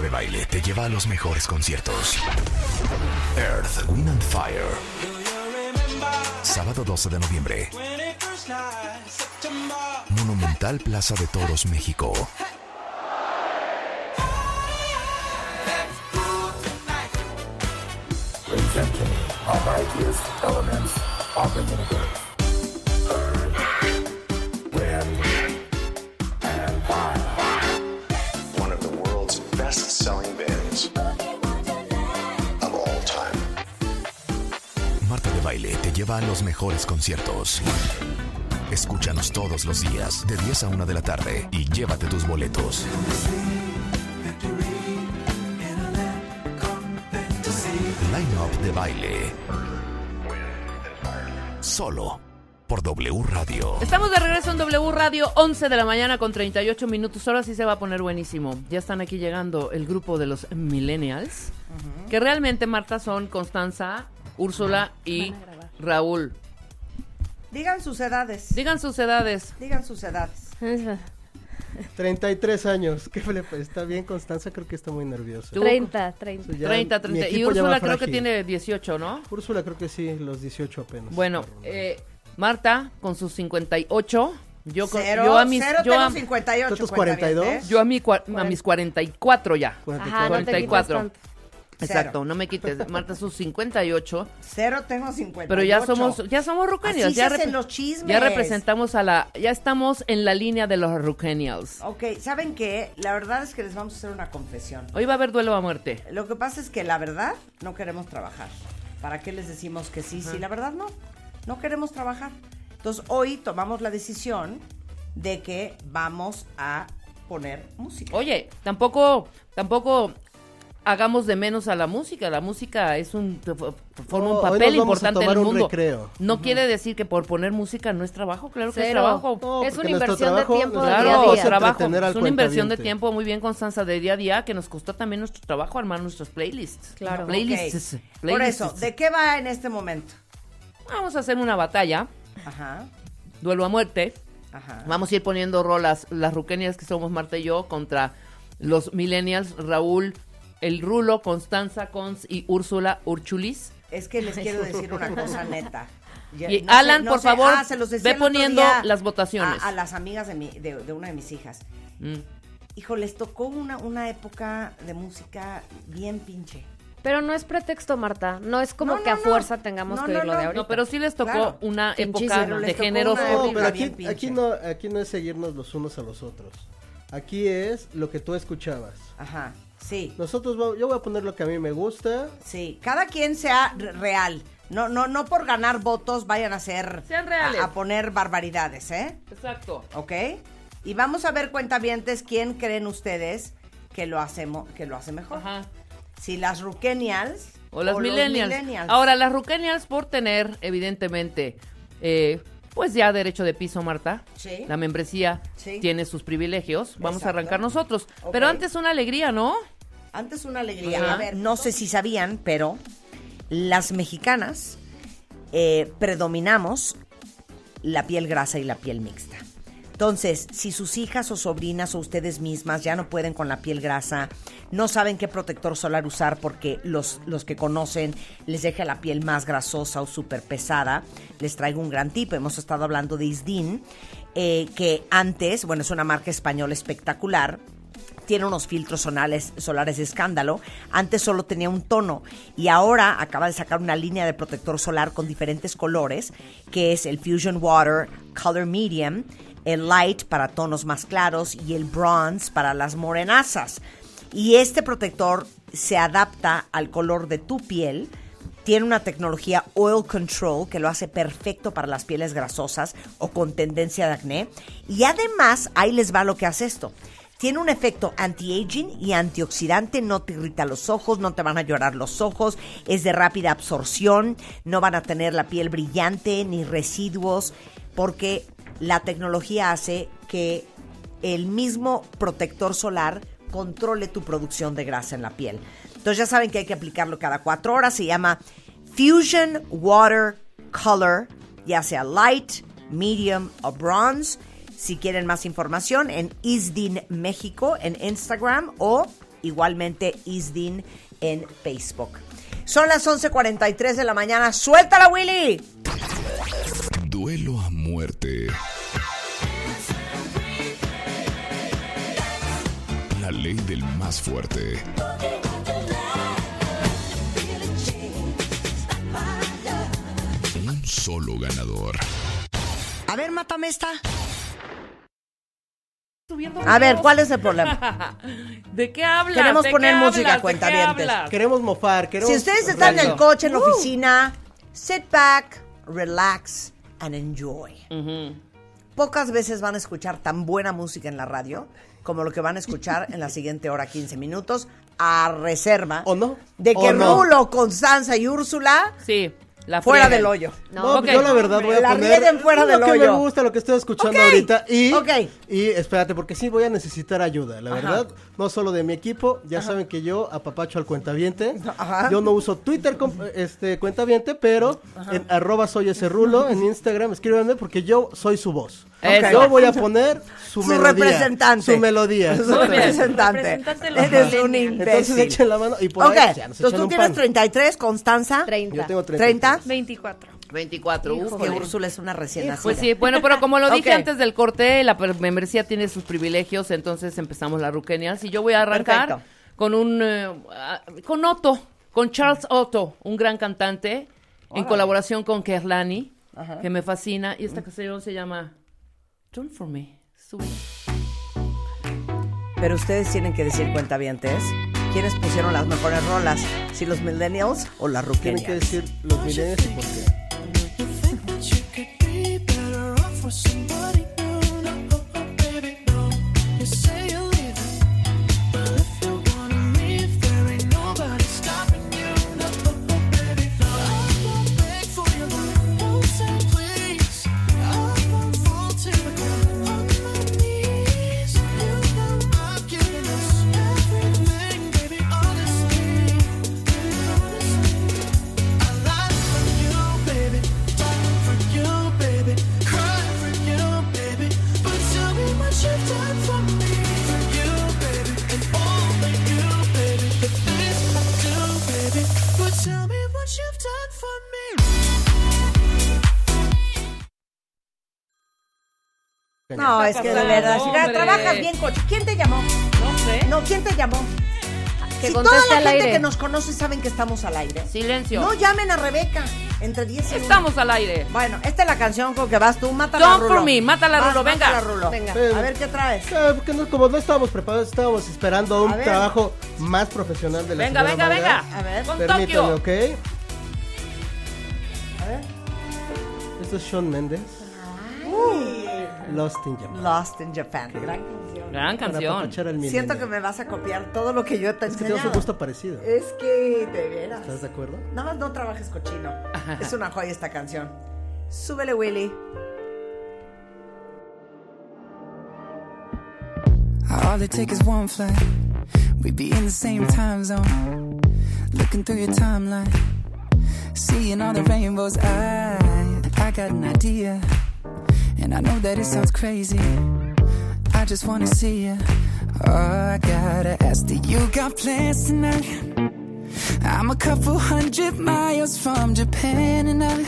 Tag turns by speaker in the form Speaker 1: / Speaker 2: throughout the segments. Speaker 1: de Baile te lleva a los mejores conciertos. Earth, Wind and Fire. Sábado 12 de noviembre. Monumental Plaza de Toros, México.
Speaker 2: one of the world's best selling bands of all time.
Speaker 1: Marta de Baile te lleva a los mejores conciertos. Escúchanos todos los días de 10 a 1 de la tarde y llévate tus boletos. Line Up de Baile. Solo por W Radio.
Speaker 3: Estamos de regreso en W Radio, 11 de la mañana con 38 minutos. Ahora sí se va a poner buenísimo. Ya están aquí llegando el grupo de los Millennials, que realmente, Marta, son Constanza, Úrsula y Raúl.
Speaker 4: Digan sus edades.
Speaker 3: Digan sus edades.
Speaker 4: Digan sus edades.
Speaker 5: 33 años. ¿Qué le pues, Está bien, Constanza, creo que está muy nerviosa.
Speaker 3: Tú,
Speaker 6: 30, 30.
Speaker 5: Ya
Speaker 3: 30,
Speaker 5: mi
Speaker 3: 30. Y
Speaker 5: equipo ya va
Speaker 3: Úrsula creo que
Speaker 5: frágil.
Speaker 3: tiene 18, ¿no?
Speaker 5: Úrsula creo que sí, los 18 apenas.
Speaker 3: Bueno, eh, Marta con sus 58. Yo, con,
Speaker 4: Cero,
Speaker 3: yo a mis,
Speaker 4: cero
Speaker 3: yo
Speaker 4: tengo
Speaker 3: a,
Speaker 4: 58.
Speaker 5: ¿Tú tus
Speaker 4: cuentavientes.
Speaker 5: 42?
Speaker 3: yo a mi cua- a mis 44 ya.
Speaker 5: 44.
Speaker 6: Ajá, no te quitas
Speaker 3: 44.
Speaker 6: tanto.
Speaker 3: Exacto,
Speaker 4: Cero.
Speaker 3: no me quites. Marta sus 58.
Speaker 4: Cero tengo 58.
Speaker 3: Pero ya somos, ya somos rucanials.
Speaker 4: Así
Speaker 3: ya
Speaker 4: se hacen
Speaker 3: repre-
Speaker 4: los chismes.
Speaker 3: Ya representamos a la, ya estamos en la línea de los rucanials.
Speaker 4: Ok, ¿saben qué? La verdad es que les vamos a hacer una confesión.
Speaker 3: Hoy va a haber duelo a muerte.
Speaker 4: Lo que pasa es que la verdad no queremos trabajar. ¿Para qué les decimos que sí? Sí, la verdad no. No queremos trabajar. Entonces hoy tomamos la decisión de que vamos a poner música.
Speaker 3: Oye, tampoco, tampoco hagamos de menos a la música. La música es un f- f- forma
Speaker 5: No,
Speaker 3: un
Speaker 5: hoy nos
Speaker 3: papel
Speaker 5: vamos a
Speaker 3: importante en
Speaker 5: tomar
Speaker 3: el
Speaker 5: un
Speaker 3: mundo.
Speaker 5: recreo.
Speaker 3: No quiere decir que por poner música no es trabajo, claro que es
Speaker 6: Cero.
Speaker 3: trabajo.
Speaker 5: No,
Speaker 6: Es
Speaker 5: porque nuestro
Speaker 6: una inversión de
Speaker 5: trabajo-
Speaker 6: tiempo
Speaker 5: nuestro
Speaker 6: de día a
Speaker 3: Claro,
Speaker 5: trabajo
Speaker 6: día.
Speaker 3: trabajo.
Speaker 5: entretener al
Speaker 3: Es una inversión de
Speaker 5: cuentaviente.
Speaker 3: tiempo muy bien, Constanza, de día a día, que nos costó también nuestro trabajo armar nuestros playlists.
Speaker 6: Claro.
Speaker 3: Playlists.
Speaker 4: Ok. Por
Speaker 3: playlists.
Speaker 4: eso, ¿de qué va en este momento?
Speaker 3: Vamos a hacer una batalla,
Speaker 4: Ajá,
Speaker 3: duelo a muerte.
Speaker 4: ajá.
Speaker 3: Vamos a ir poniendo rolas, las ruquenias que somos Marta y yo contra los millennials, Raúl, el Rulo, Constanza Cons y Úrsula Urchulis.
Speaker 4: Es que les quiero decir una cosa neta. Ya-
Speaker 3: Y
Speaker 4: sé- ah,
Speaker 3: Alan, por favor,
Speaker 4: decía
Speaker 3: ve
Speaker 4: el otro
Speaker 3: poniendo
Speaker 4: día
Speaker 3: las votaciones.
Speaker 4: A, a las amigas de, mi, de, de una de mis hijas.
Speaker 3: Mm.
Speaker 4: Hijo, les tocó una, una época de música bien pinche.
Speaker 6: Pero no es pretexto, Marta. No es como
Speaker 4: No,
Speaker 6: que a
Speaker 4: no, no.
Speaker 6: fuerza tengamos
Speaker 4: No,
Speaker 6: que
Speaker 4: no,
Speaker 6: oírlo
Speaker 4: no.
Speaker 6: de ahorita.
Speaker 3: No, pero sí les tocó
Speaker 4: Claro.
Speaker 3: una época
Speaker 6: Pinchísimo.
Speaker 3: de
Speaker 4: Les tocó
Speaker 3: géneros
Speaker 4: una
Speaker 5: No,
Speaker 4: horrible,
Speaker 5: pero
Speaker 3: horribles.
Speaker 5: aquí,
Speaker 4: bien
Speaker 5: aquí,
Speaker 4: pinche.
Speaker 5: no, aquí no es seguirnos los unos a los otros. Aquí es lo que tú escuchabas.
Speaker 4: Ajá, sí,
Speaker 5: Nosotros vamos, yo voy a poner lo que a mí me gusta.
Speaker 4: sí. Cada quien sea re- real. No, no, no por ganar votos vayan a ser...
Speaker 3: Sean reales.
Speaker 4: A, a poner barbaridades, ¿eh?
Speaker 3: Exacto.
Speaker 4: ¿Ok? Y vamos a ver, cuentavientes, quién creen ustedes que lo, hacemos, que lo hace mejor.
Speaker 3: Ajá.
Speaker 4: Si las ruquenials
Speaker 3: O las
Speaker 4: los
Speaker 3: millennials. Ahora, las ruquenias por tener, evidentemente, eh, pues ya derecho de piso, Marta.
Speaker 4: Sí.
Speaker 3: La membresía
Speaker 4: Sí.
Speaker 3: tiene sus privilegios. Vamos a
Speaker 4: Exacto.
Speaker 3: arrancar nosotros.
Speaker 4: Ok.
Speaker 3: Pero antes una alegría, ¿no?
Speaker 4: Antes una alegría.
Speaker 3: Ajá.
Speaker 4: A ver, no sé si sabían, pero las mexicanas eh, predominamos la piel grasa y la piel mixta. Entonces, si sus hijas o sobrinas o ustedes mismas ya no pueden con la piel grasa, no saben qué protector solar usar porque los, los que conocen les deja la piel más grasosa o súper pesada, les traigo un gran tip. Hemos estado hablando de Isdin, eh, que antes, bueno, es una marca española espectacular, tiene unos filtros sonales- solares de escándalo. Antes solo tenía un tono y ahora acaba de sacar una línea de protector solar con diferentes colores, que es el Fusion Water Color Medium, el Light para tonos más claros y el Bronze para las morenazas. Y este protector se adapta al color de tu piel. Tiene una tecnología Oil Control que lo hace perfecto para las pieles grasosas o con tendencia de acné. Y además, ahí les va lo que hace esto. Tiene un efecto anti-aging y antioxidante, no te irrita los ojos, no te van a llorar los ojos, es de rápida absorción, no van a tener la piel brillante ni residuos, porque la tecnología hace que el mismo protector solar controle tu producción de grasa en la piel. Entonces ya saben que hay que aplicarlo cada cuatro horas, se llama Fusion Water Color, ya sea light, medium o bronze. Si quieren más información en Isdin México en Instagram o igualmente Isdin en Facebook. Son las 11.43 de la mañana. ¡Suéltala, Willy!
Speaker 1: Duelo a muerte. La ley del más fuerte. Un solo ganador.
Speaker 4: A ver, mátame esta.
Speaker 3: Subiendo
Speaker 4: A ver,
Speaker 3: videos.
Speaker 4: ¿cuál es el problema?
Speaker 3: ¿De qué hablas?
Speaker 4: Queremos
Speaker 3: ¿De
Speaker 4: poner
Speaker 3: qué
Speaker 4: música,
Speaker 3: hablas? ¿De qué
Speaker 4: cuentavientes.
Speaker 3: hablas?
Speaker 5: Queremos mofar, queremos...
Speaker 4: Si ustedes están en el
Speaker 5: Exacto. Uh.
Speaker 4: coche, en la oficina, sit back, relax and enjoy. Pocas veces van a escuchar tan buena música en la radio como lo que van a escuchar en la siguiente hora 15 minutos a reserva
Speaker 5: ¿O no?
Speaker 4: de que
Speaker 5: ¿O no?
Speaker 4: Rulo, Constanza y Úrsula
Speaker 3: Sí, la
Speaker 4: fuera
Speaker 3: friegan.
Speaker 4: del hoyo.
Speaker 5: No,
Speaker 6: No,
Speaker 3: ok.
Speaker 5: yo la verdad voy a
Speaker 4: La
Speaker 5: poner
Speaker 4: rieguen fuera del
Speaker 5: lo que
Speaker 4: hoyo.
Speaker 5: me gusta, lo que estoy escuchando
Speaker 4: Ok,
Speaker 5: ahorita y
Speaker 4: ok.
Speaker 5: y espérate porque sí voy a necesitar ayuda, la verdad, no solo de mi equipo, ya saben que yo apapacho al cuentaviente.
Speaker 4: Ajá.
Speaker 5: Yo no uso Twitter con, este cuentaviente, pero en arroba soy ese rulo en Instagram, escríbanme porque yo soy su voz.
Speaker 3: Eso.
Speaker 5: Yo voy a poner su,
Speaker 4: su
Speaker 5: melodía,
Speaker 4: representante.
Speaker 5: su melodía.
Speaker 4: Su
Speaker 3: Muy bien.
Speaker 4: representante.
Speaker 3: Representante de los
Speaker 4: Eres un
Speaker 6: millennials.
Speaker 4: imbécil.
Speaker 5: Entonces echen la mano y por ahí
Speaker 4: ok,
Speaker 5: ya nos
Speaker 4: entonces
Speaker 5: echan
Speaker 4: tú
Speaker 5: un
Speaker 4: tienes
Speaker 5: pan.
Speaker 4: 33, Constanza.
Speaker 6: 30.
Speaker 5: Yo tengo
Speaker 4: 30.
Speaker 6: 24.
Speaker 3: 24,
Speaker 6: Hijo,
Speaker 3: ujo.
Speaker 4: Que
Speaker 6: Híjole.
Speaker 4: Úrsula es una recién nacida.
Speaker 3: Pues sí, bueno, pero como lo dije
Speaker 4: Ok.
Speaker 3: antes del corte, la per- membresía tiene sus privilegios, entonces empezamos la ruquenias y yo voy a arrancar
Speaker 4: Perfecto.
Speaker 3: con un eh, ah, con Otto, con Charles Otto, un gran cantante en colaboración con Kerlani, que me fascina y esta canción se llama Turn for Me. Sube.
Speaker 4: Pero ustedes tienen que decir cuentavientes quiénes pusieron las mejores rolas, si los millennials o las
Speaker 5: Tienen que
Speaker 4: ruquenias.
Speaker 5: decir los millennials y por qué.
Speaker 7: oh, oh, Tell me what you've done for me.
Speaker 4: No, es que de
Speaker 3: pasando,
Speaker 4: verdad, si
Speaker 3: hombre.
Speaker 4: trabajas bien, coche. ¿Quién te llamó?
Speaker 3: No sé.
Speaker 4: No, ¿quién te llamó?
Speaker 6: Que
Speaker 4: si toda
Speaker 6: conteste
Speaker 4: la
Speaker 6: al
Speaker 4: gente
Speaker 6: aire.
Speaker 4: que nos conoce saben que estamos al aire.
Speaker 3: Silencio.
Speaker 4: No llamen a Rebeca entre 10 y 1.
Speaker 3: Estamos al aire.
Speaker 4: Bueno, esta es la canción con que vas tú, mátala
Speaker 3: Don't
Speaker 4: Rulo.
Speaker 3: for me, mátala,
Speaker 4: Vas,
Speaker 3: Rulo, venga.
Speaker 4: mátala, Rulo.
Speaker 6: Venga.
Speaker 4: A ver qué traes.
Speaker 5: Ah, porque no- como no estábamos preparados, estábamos esperando
Speaker 4: A
Speaker 5: un
Speaker 4: ver.
Speaker 5: trabajo más profesional de la
Speaker 3: Venga,
Speaker 5: señora
Speaker 3: venga,
Speaker 5: Vargas.
Speaker 3: venga.
Speaker 4: A ver.
Speaker 3: Con
Speaker 5: Permítame,
Speaker 3: Tokio.
Speaker 5: ¿ok? Esto es Sean Méndez. Lost in Japan.
Speaker 4: Uh, Lost in Japan.
Speaker 3: Gran
Speaker 5: Para
Speaker 3: canción.
Speaker 5: apapachar al
Speaker 4: Siento
Speaker 5: millennial.
Speaker 4: que me vas a copiar todo lo que yo te he
Speaker 5: Es que tenemos
Speaker 4: enseñado.
Speaker 5: un gusto parecido.
Speaker 4: Es que, de veras.
Speaker 5: ¿Estás de acuerdo?
Speaker 4: Nada más no trabajes cochino. Es una joya esta canción. Súbele, Willy.
Speaker 8: All it takes is one flight. We'd be in the same time zone. Looking through your timeline, seeing all the rainbows. I, I got an idea, and I know that it sounds crazy. I just wanna see you. Oh, I gotta ask, do you got plans tonight? I'm a couple hundred miles from Japan, and I,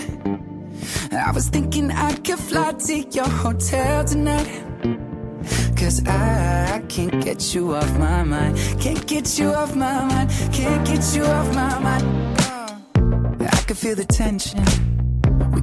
Speaker 8: I was thinking I could fly to your hotel tonight. Cause I can't get you off my mind. Can't get you off my mind. Can't get you off my mind. I can feel the tension. We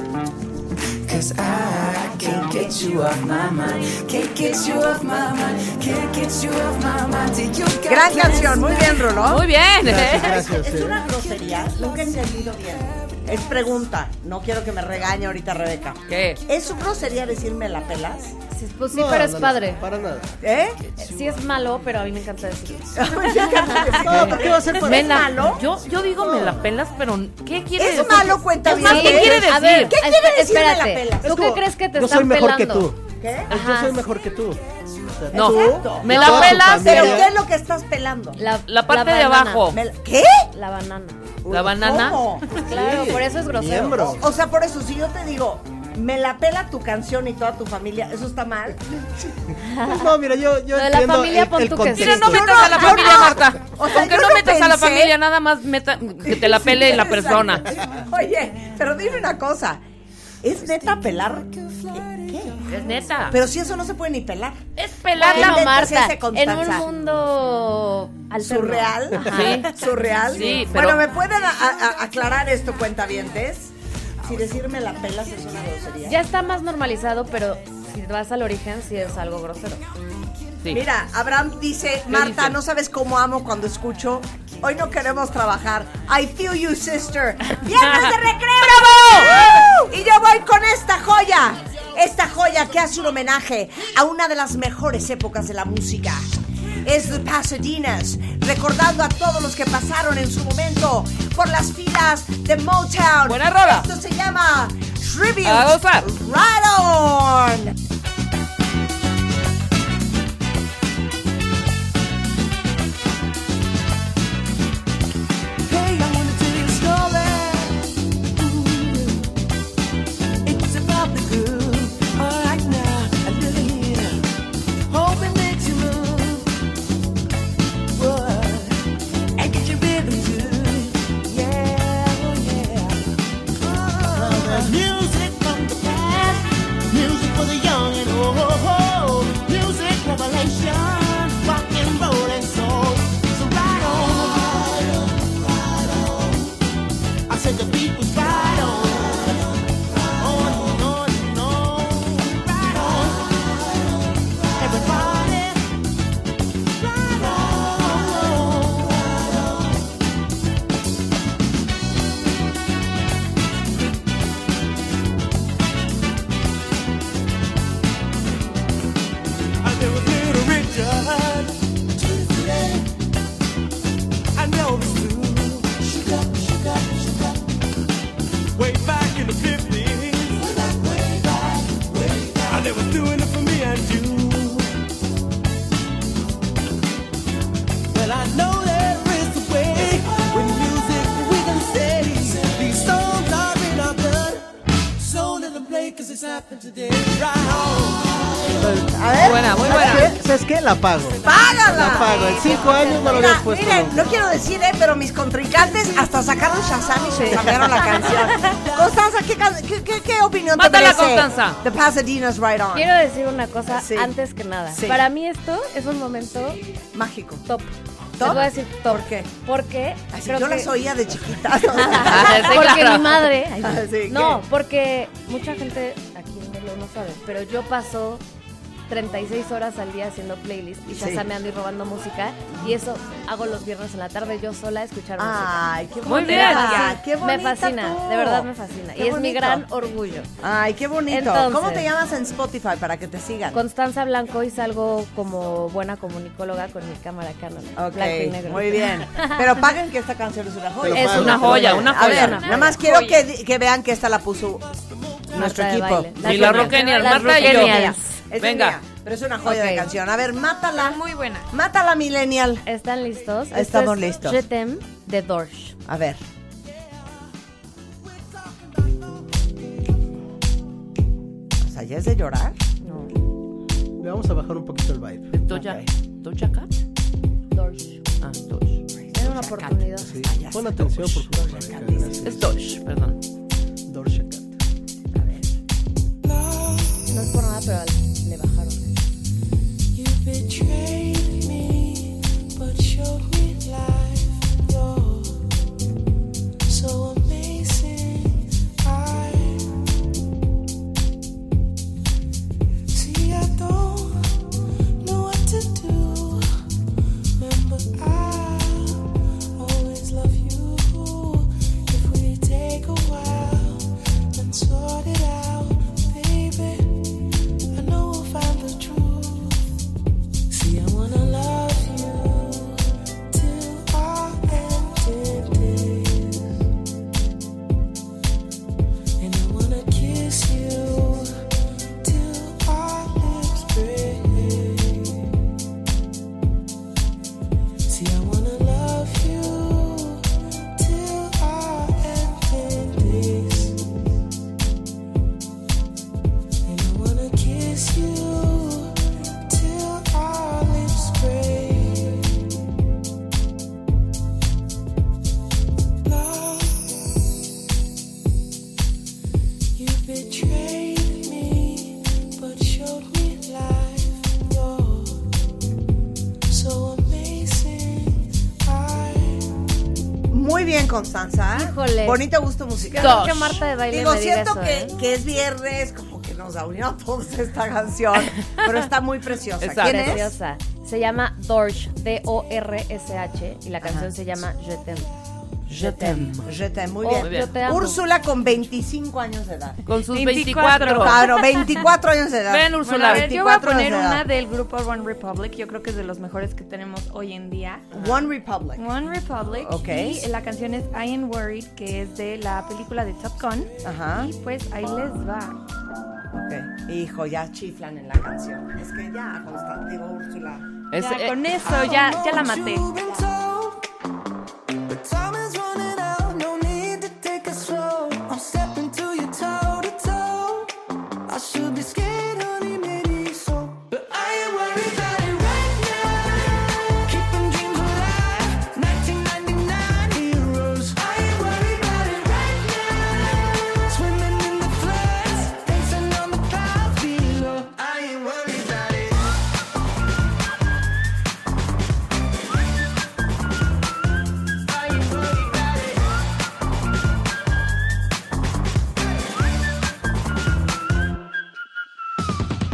Speaker 8: Cause I can't get you off my mind Can't get you off my mind Can't get you off my mind Do you got
Speaker 4: Gran
Speaker 8: plans
Speaker 4: canción, muy bien, Rulo.
Speaker 3: Muy bien, ¿eh?
Speaker 5: Gracias.
Speaker 4: Es
Speaker 5: eh.
Speaker 4: una grosería, nunca he entendido bien. Es pregunta, no quiero que me regañe ahorita Rebeca.
Speaker 3: ¿Qué?
Speaker 4: ¿Es su grosería decirme la pelas?
Speaker 6: dices, pues sí,
Speaker 5: No,
Speaker 6: pero es
Speaker 5: no, no,
Speaker 6: padre.
Speaker 5: Para nada.
Speaker 4: ¿Eh?
Speaker 6: Sí es malo, pero a mí me encanta decirlo.
Speaker 4: no, ¿por qué va a ser para
Speaker 3: Me la-
Speaker 4: malo?
Speaker 3: Yo, yo digo me la pelas, pero ¿qué quiere
Speaker 4: Es
Speaker 3: decir?
Speaker 4: malo, cuenta
Speaker 3: Es más,
Speaker 4: bien. ¿eh?
Speaker 3: ¿qué quiere
Speaker 6: A
Speaker 3: decir?
Speaker 6: ver,
Speaker 4: ¿Qué
Speaker 6: esp-
Speaker 4: quiere decir me la
Speaker 6: espérate.
Speaker 4: pelas?
Speaker 5: Es
Speaker 6: ¿Tú qué
Speaker 5: como,
Speaker 6: crees que te
Speaker 5: yo
Speaker 6: están
Speaker 5: soy mejor
Speaker 6: pelando?
Speaker 5: que tú.
Speaker 4: ¿Qué?
Speaker 5: Es, Pues Yo
Speaker 6: Ajá.
Speaker 5: soy mejor que tú. O sea,
Speaker 3: No,
Speaker 4: Exacto.
Speaker 3: me
Speaker 5: y
Speaker 3: la
Speaker 5: toda tu
Speaker 3: pelas,
Speaker 5: familia.
Speaker 4: ¿Pero
Speaker 3: pero
Speaker 4: qué es lo que estás pelando?
Speaker 6: La,
Speaker 3: la parte
Speaker 6: la
Speaker 3: de
Speaker 6: banana.
Speaker 3: abajo,
Speaker 4: Me la- ¿Qué?
Speaker 6: La banana.
Speaker 3: la banana.
Speaker 4: ¿Cómo?
Speaker 6: Claro,
Speaker 5: Sí,
Speaker 6: por eso es grosero.
Speaker 5: miembro.
Speaker 4: O sea, por eso, si yo te digo, me la pela tu canción y toda tu familia, ¿eso está mal?
Speaker 5: Pues no, mira, yo, yo
Speaker 6: Lo de la
Speaker 5: entiendo
Speaker 6: familia,
Speaker 5: el-
Speaker 6: pon
Speaker 5: el
Speaker 6: tú que sí.
Speaker 3: Mira,
Speaker 5: contexto.
Speaker 3: no
Speaker 4: Yo
Speaker 3: metas
Speaker 4: no-
Speaker 3: a la
Speaker 4: yo
Speaker 3: familia,
Speaker 4: no.
Speaker 3: Marta.
Speaker 4: O sea,
Speaker 3: Aunque
Speaker 4: yo
Speaker 3: no
Speaker 4: no
Speaker 3: metas a la
Speaker 4: pensé.
Speaker 3: familia, nada más meta, que te la pele la persona.
Speaker 4: Exacto. Oye, pero dime una cosa. ¿Es neta pelar? ¿Qué? ¿Qué?
Speaker 3: Es neta.
Speaker 4: Pero si eso no se puede ni pelar.
Speaker 3: es
Speaker 6: Bueno,
Speaker 3: pelarla.
Speaker 4: Ay,
Speaker 6: Marta,
Speaker 4: Constanza.
Speaker 6: en un mundo alterno.
Speaker 4: ¿Surreal?
Speaker 6: Ajá.
Speaker 3: Sí.
Speaker 4: ¿Surreal?
Speaker 3: Sí, pero-
Speaker 4: Bueno, ¿me pueden a- a- aclarar esto, cuentavientes? Si decirme la pelas es una grosería.
Speaker 6: Ya está más normalizado, pero si vas al origen sí es algo grosero.
Speaker 3: Sí.
Speaker 4: Mira, Abraham dice, Marta,
Speaker 3: dice?
Speaker 4: no sabes cómo amo cuando escucho. Hoy no queremos trabajar. I feel you, sister. ¡Viernes de recreo! ¡Bravo! Y yo voy con esta joya. Esta joya que hace un homenaje a una de las mejores épocas de la música. Es The Pasadenas, recordando a todos los que pasaron en su momento por las filas de Motown.
Speaker 3: Buena rola.
Speaker 4: Esto se llama Tribute.
Speaker 3: A gozar.
Speaker 4: Right on.
Speaker 7: Hey, I wanna tell you a story. It's about the girl. All right now, I really hear. Hope it makes you move. What? And get your rhythm too. Yeah, oh yeah. Oh, music from the past, music for the young and old, music revelation, rock and roll and soul. So right on. I said the beat was Oh, right on. On, on, and on. Right on. Everybody. Right on. I knew a little Richard. I know it's true. Way back in the 50s. Way back, way back, way back. I never doing it for me and you. Well, I know there is a way with music we can say these songs are in our blood. So let them play cause it's happened today. Right on.
Speaker 3: buena, muy buena.
Speaker 5: ¿Sabes qué? ¿Sabes qué? La pago. La
Speaker 4: ¡Págala!
Speaker 5: pago. En cinco años no lo
Speaker 4: Mira,
Speaker 5: habías puesto.
Speaker 4: miren,
Speaker 5: nunca.
Speaker 4: no quiero decir, eh, pero mis contrincantes hasta sacaron Shazam y se cambiaron la canción. Constanza, ¿qué, can- qué, qué- qué opinión
Speaker 3: Mátala,
Speaker 4: te merece?
Speaker 3: Constanza.
Speaker 4: The Pasadena's Right On.
Speaker 6: Quiero decir una cosa
Speaker 4: Sí.
Speaker 6: antes que nada.
Speaker 4: Sí.
Speaker 6: Para mí esto es un momento
Speaker 4: Mágico.
Speaker 6: top. Les
Speaker 4: ¿Top?
Speaker 6: voy a decir top.
Speaker 4: ¿Por qué?
Speaker 6: Porque
Speaker 4: Así
Speaker 6: creo
Speaker 4: yo
Speaker 6: que-
Speaker 4: las oía de chiquita.
Speaker 3: Ah, sí,
Speaker 6: porque
Speaker 3: claro.
Speaker 6: mi madre. ay,
Speaker 4: Ah, sí,
Speaker 6: no,
Speaker 4: ¿qué?
Speaker 6: porque mucha gente aquí no lo no sabe, pero yo paso 36 horas al día haciendo playlists y
Speaker 4: Sí.
Speaker 6: chasameando y robando música y eso hago los viernes en la tarde yo sola a escuchar música.
Speaker 4: Ay, qué
Speaker 3: Muy
Speaker 4: bonita.
Speaker 3: bien.
Speaker 4: Qué
Speaker 6: me
Speaker 4: bonita
Speaker 6: fascina,
Speaker 4: tú.
Speaker 6: de verdad me fascina
Speaker 4: Qué
Speaker 6: y es mi
Speaker 4: bonito.
Speaker 6: gran orgullo.
Speaker 4: Ay, qué bonito.
Speaker 6: Entonces.
Speaker 4: ¿Cómo te llamas en Spotify para que te sigan?
Speaker 6: Constanza Blanco y salgo como buena comunicóloga con mi cámara Canon.
Speaker 4: Ok,
Speaker 6: blanco y negro.
Speaker 4: muy bien. Pero paguen que esta canción es una joya.
Speaker 5: Es
Speaker 3: una joya, una
Speaker 4: A
Speaker 3: joya.
Speaker 4: ver,
Speaker 3: Una
Speaker 4: nada más quiero que, di- que vean que esta la puso nuestro
Speaker 6: de
Speaker 4: equipo.
Speaker 6: baile.
Speaker 3: Y la Rockenial,
Speaker 6: Las
Speaker 3: Marta y yo.
Speaker 6: Rockenials.
Speaker 4: Es
Speaker 3: Venga.
Speaker 4: mía, pero es una joya de
Speaker 6: Ok.
Speaker 4: canción. A ver, mátala.
Speaker 9: Muy buena.
Speaker 4: Mátala, Millennial.
Speaker 6: ¿Están listos? Esto
Speaker 4: Estamos
Speaker 6: es
Speaker 4: listos.
Speaker 6: Je t'aime de Dorsch.
Speaker 4: A ver. O sea, ya es de llorar.
Speaker 5: Le vamos a bajar un poquito el vibe.
Speaker 3: Doja, Doja Cat.
Speaker 6: Dorsch.
Speaker 3: Ah, Doge.
Speaker 6: Era una oportunidad.
Speaker 5: Sí.
Speaker 4: Ah,
Speaker 5: Pon atención, por favor. Gracias.
Speaker 3: Es Doge, perdón.
Speaker 5: Dorsha Cat.
Speaker 6: No es por nada, pero le bajaron.
Speaker 7: You betrayed me, but showed me life. You're so amazing. I see. I don't know what to do. Remember, I always love you. If we take a while and sort it out, baby. I know
Speaker 4: Constanza. ¿eh?
Speaker 6: Híjole.
Speaker 4: Bonito gusto musical.
Speaker 3: Dos.
Speaker 6: que Marta de baile
Speaker 4: Digo,
Speaker 6: me diga eso,
Speaker 4: siento que,
Speaker 6: ¿eh?
Speaker 4: que es viernes, como que nos abrió a todos esta canción, pero está muy preciosa.
Speaker 3: Exacto.
Speaker 4: ¿Quién es?
Speaker 6: Preciosa. Se llama Dorsch, D-O-R-S-H, y la canción se llama Je t'aime.
Speaker 4: Je t'aime. Je t'aime, muy
Speaker 6: Oh,
Speaker 4: bien.
Speaker 6: Muy bien. yo te amo.
Speaker 4: Úrsula con 25 años de edad.
Speaker 3: Con sus
Speaker 9: 24.
Speaker 3: 24.
Speaker 4: Claro, 24 años de edad.
Speaker 3: Ven,
Speaker 9: Bueno, a
Speaker 3: Úrsula.
Speaker 9: ver, yo voy a
Speaker 4: 24 años
Speaker 9: poner
Speaker 4: de edad.
Speaker 9: una del grupo One Republic. Yo creo que es de los mejores que tenemos hoy en día.
Speaker 4: One Republic.
Speaker 9: One Republic.
Speaker 4: Ok.
Speaker 9: Y la canción es I Am Worried, que es de la película de Top Gun.
Speaker 4: Ajá.
Speaker 9: Y pues ahí les va.
Speaker 4: ok. Hijo, ya chiflan en la canción. Es que ya, Constanza, digo, Úrsula. Ah,
Speaker 3: Es-
Speaker 9: Ya,
Speaker 3: eh,
Speaker 9: con eso ya, ya la maté.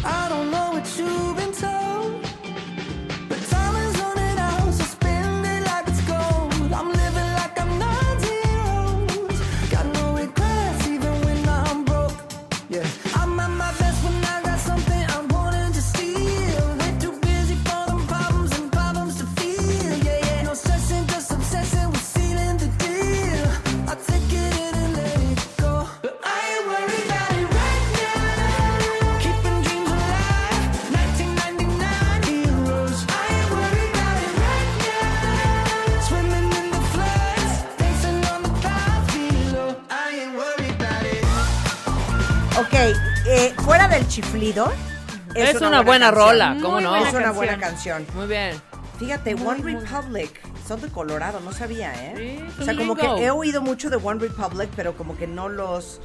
Speaker 7: I don't know what you've been told, but time is running out, so spend it like it's gold. I'm living like I'm 19 got no regrets even when I'm broke. Yeah, I'm at my best when I got something I wanted to steal. Way too busy for them problems and problems to feel. Yeah, yeah, no stressing, just obsessing with sealing the deal. I take it in and let it go, but I ain't worried about it right now. Keeping dreams alive, 1999 heroes. I ain't worried about it right now. Swimming in the floods, dancing on the clouds below. I ain't worried about it.
Speaker 4: Ok, eh, fuera del chiflido.
Speaker 3: Es una buena
Speaker 4: canción.
Speaker 3: rola, ¿cómo
Speaker 9: Muy
Speaker 3: no?
Speaker 9: buena
Speaker 4: Es una buena canción.
Speaker 3: Muy bien.
Speaker 4: Fíjate, One Republic. Son de Colorado, no sabía, ¿eh?
Speaker 3: Sí,
Speaker 4: o
Speaker 3: son
Speaker 4: sea, como
Speaker 3: gringos.
Speaker 4: que he oído mucho de One Republic, pero como que no los.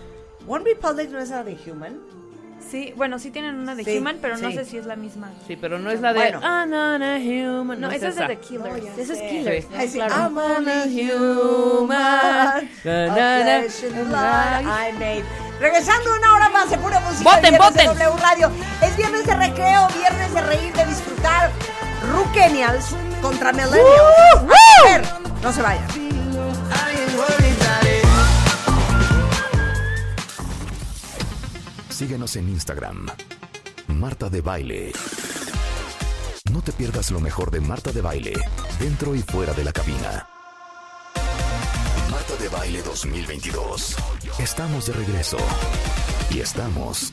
Speaker 4: One Republic no es la de Human.
Speaker 9: Sí, bueno, sí tienen una de
Speaker 4: Sí,
Speaker 9: Human, pero no
Speaker 4: sí.
Speaker 9: sé si es la misma.
Speaker 3: Sí, pero no es la de
Speaker 4: Bueno.
Speaker 3: I'm on a human.
Speaker 9: No, esa es de The Killers.
Speaker 4: ya
Speaker 9: Esa es
Speaker 4: sé.
Speaker 9: Killers.
Speaker 4: Ay, sí, Ah.
Speaker 9: claro.
Speaker 4: I'm on a human.
Speaker 3: Na,
Speaker 4: of
Speaker 3: na, na,
Speaker 4: flesh and
Speaker 3: na.
Speaker 4: blood I made. Regresando una hora más de pura música.
Speaker 3: Voten,
Speaker 4: viernes de
Speaker 3: voten.
Speaker 4: W Radio. Es viernes de recreo, viernes de reír, de disfrutar. Rukenials contra Millennials. A ver, no se vayan.
Speaker 1: Síguenos en Instagram. Marta de Baile. No te pierdas lo mejor de Marta de Baile, dentro y fuera de la cabina. Marta de Baile 2022. Estamos de regreso. Y estamos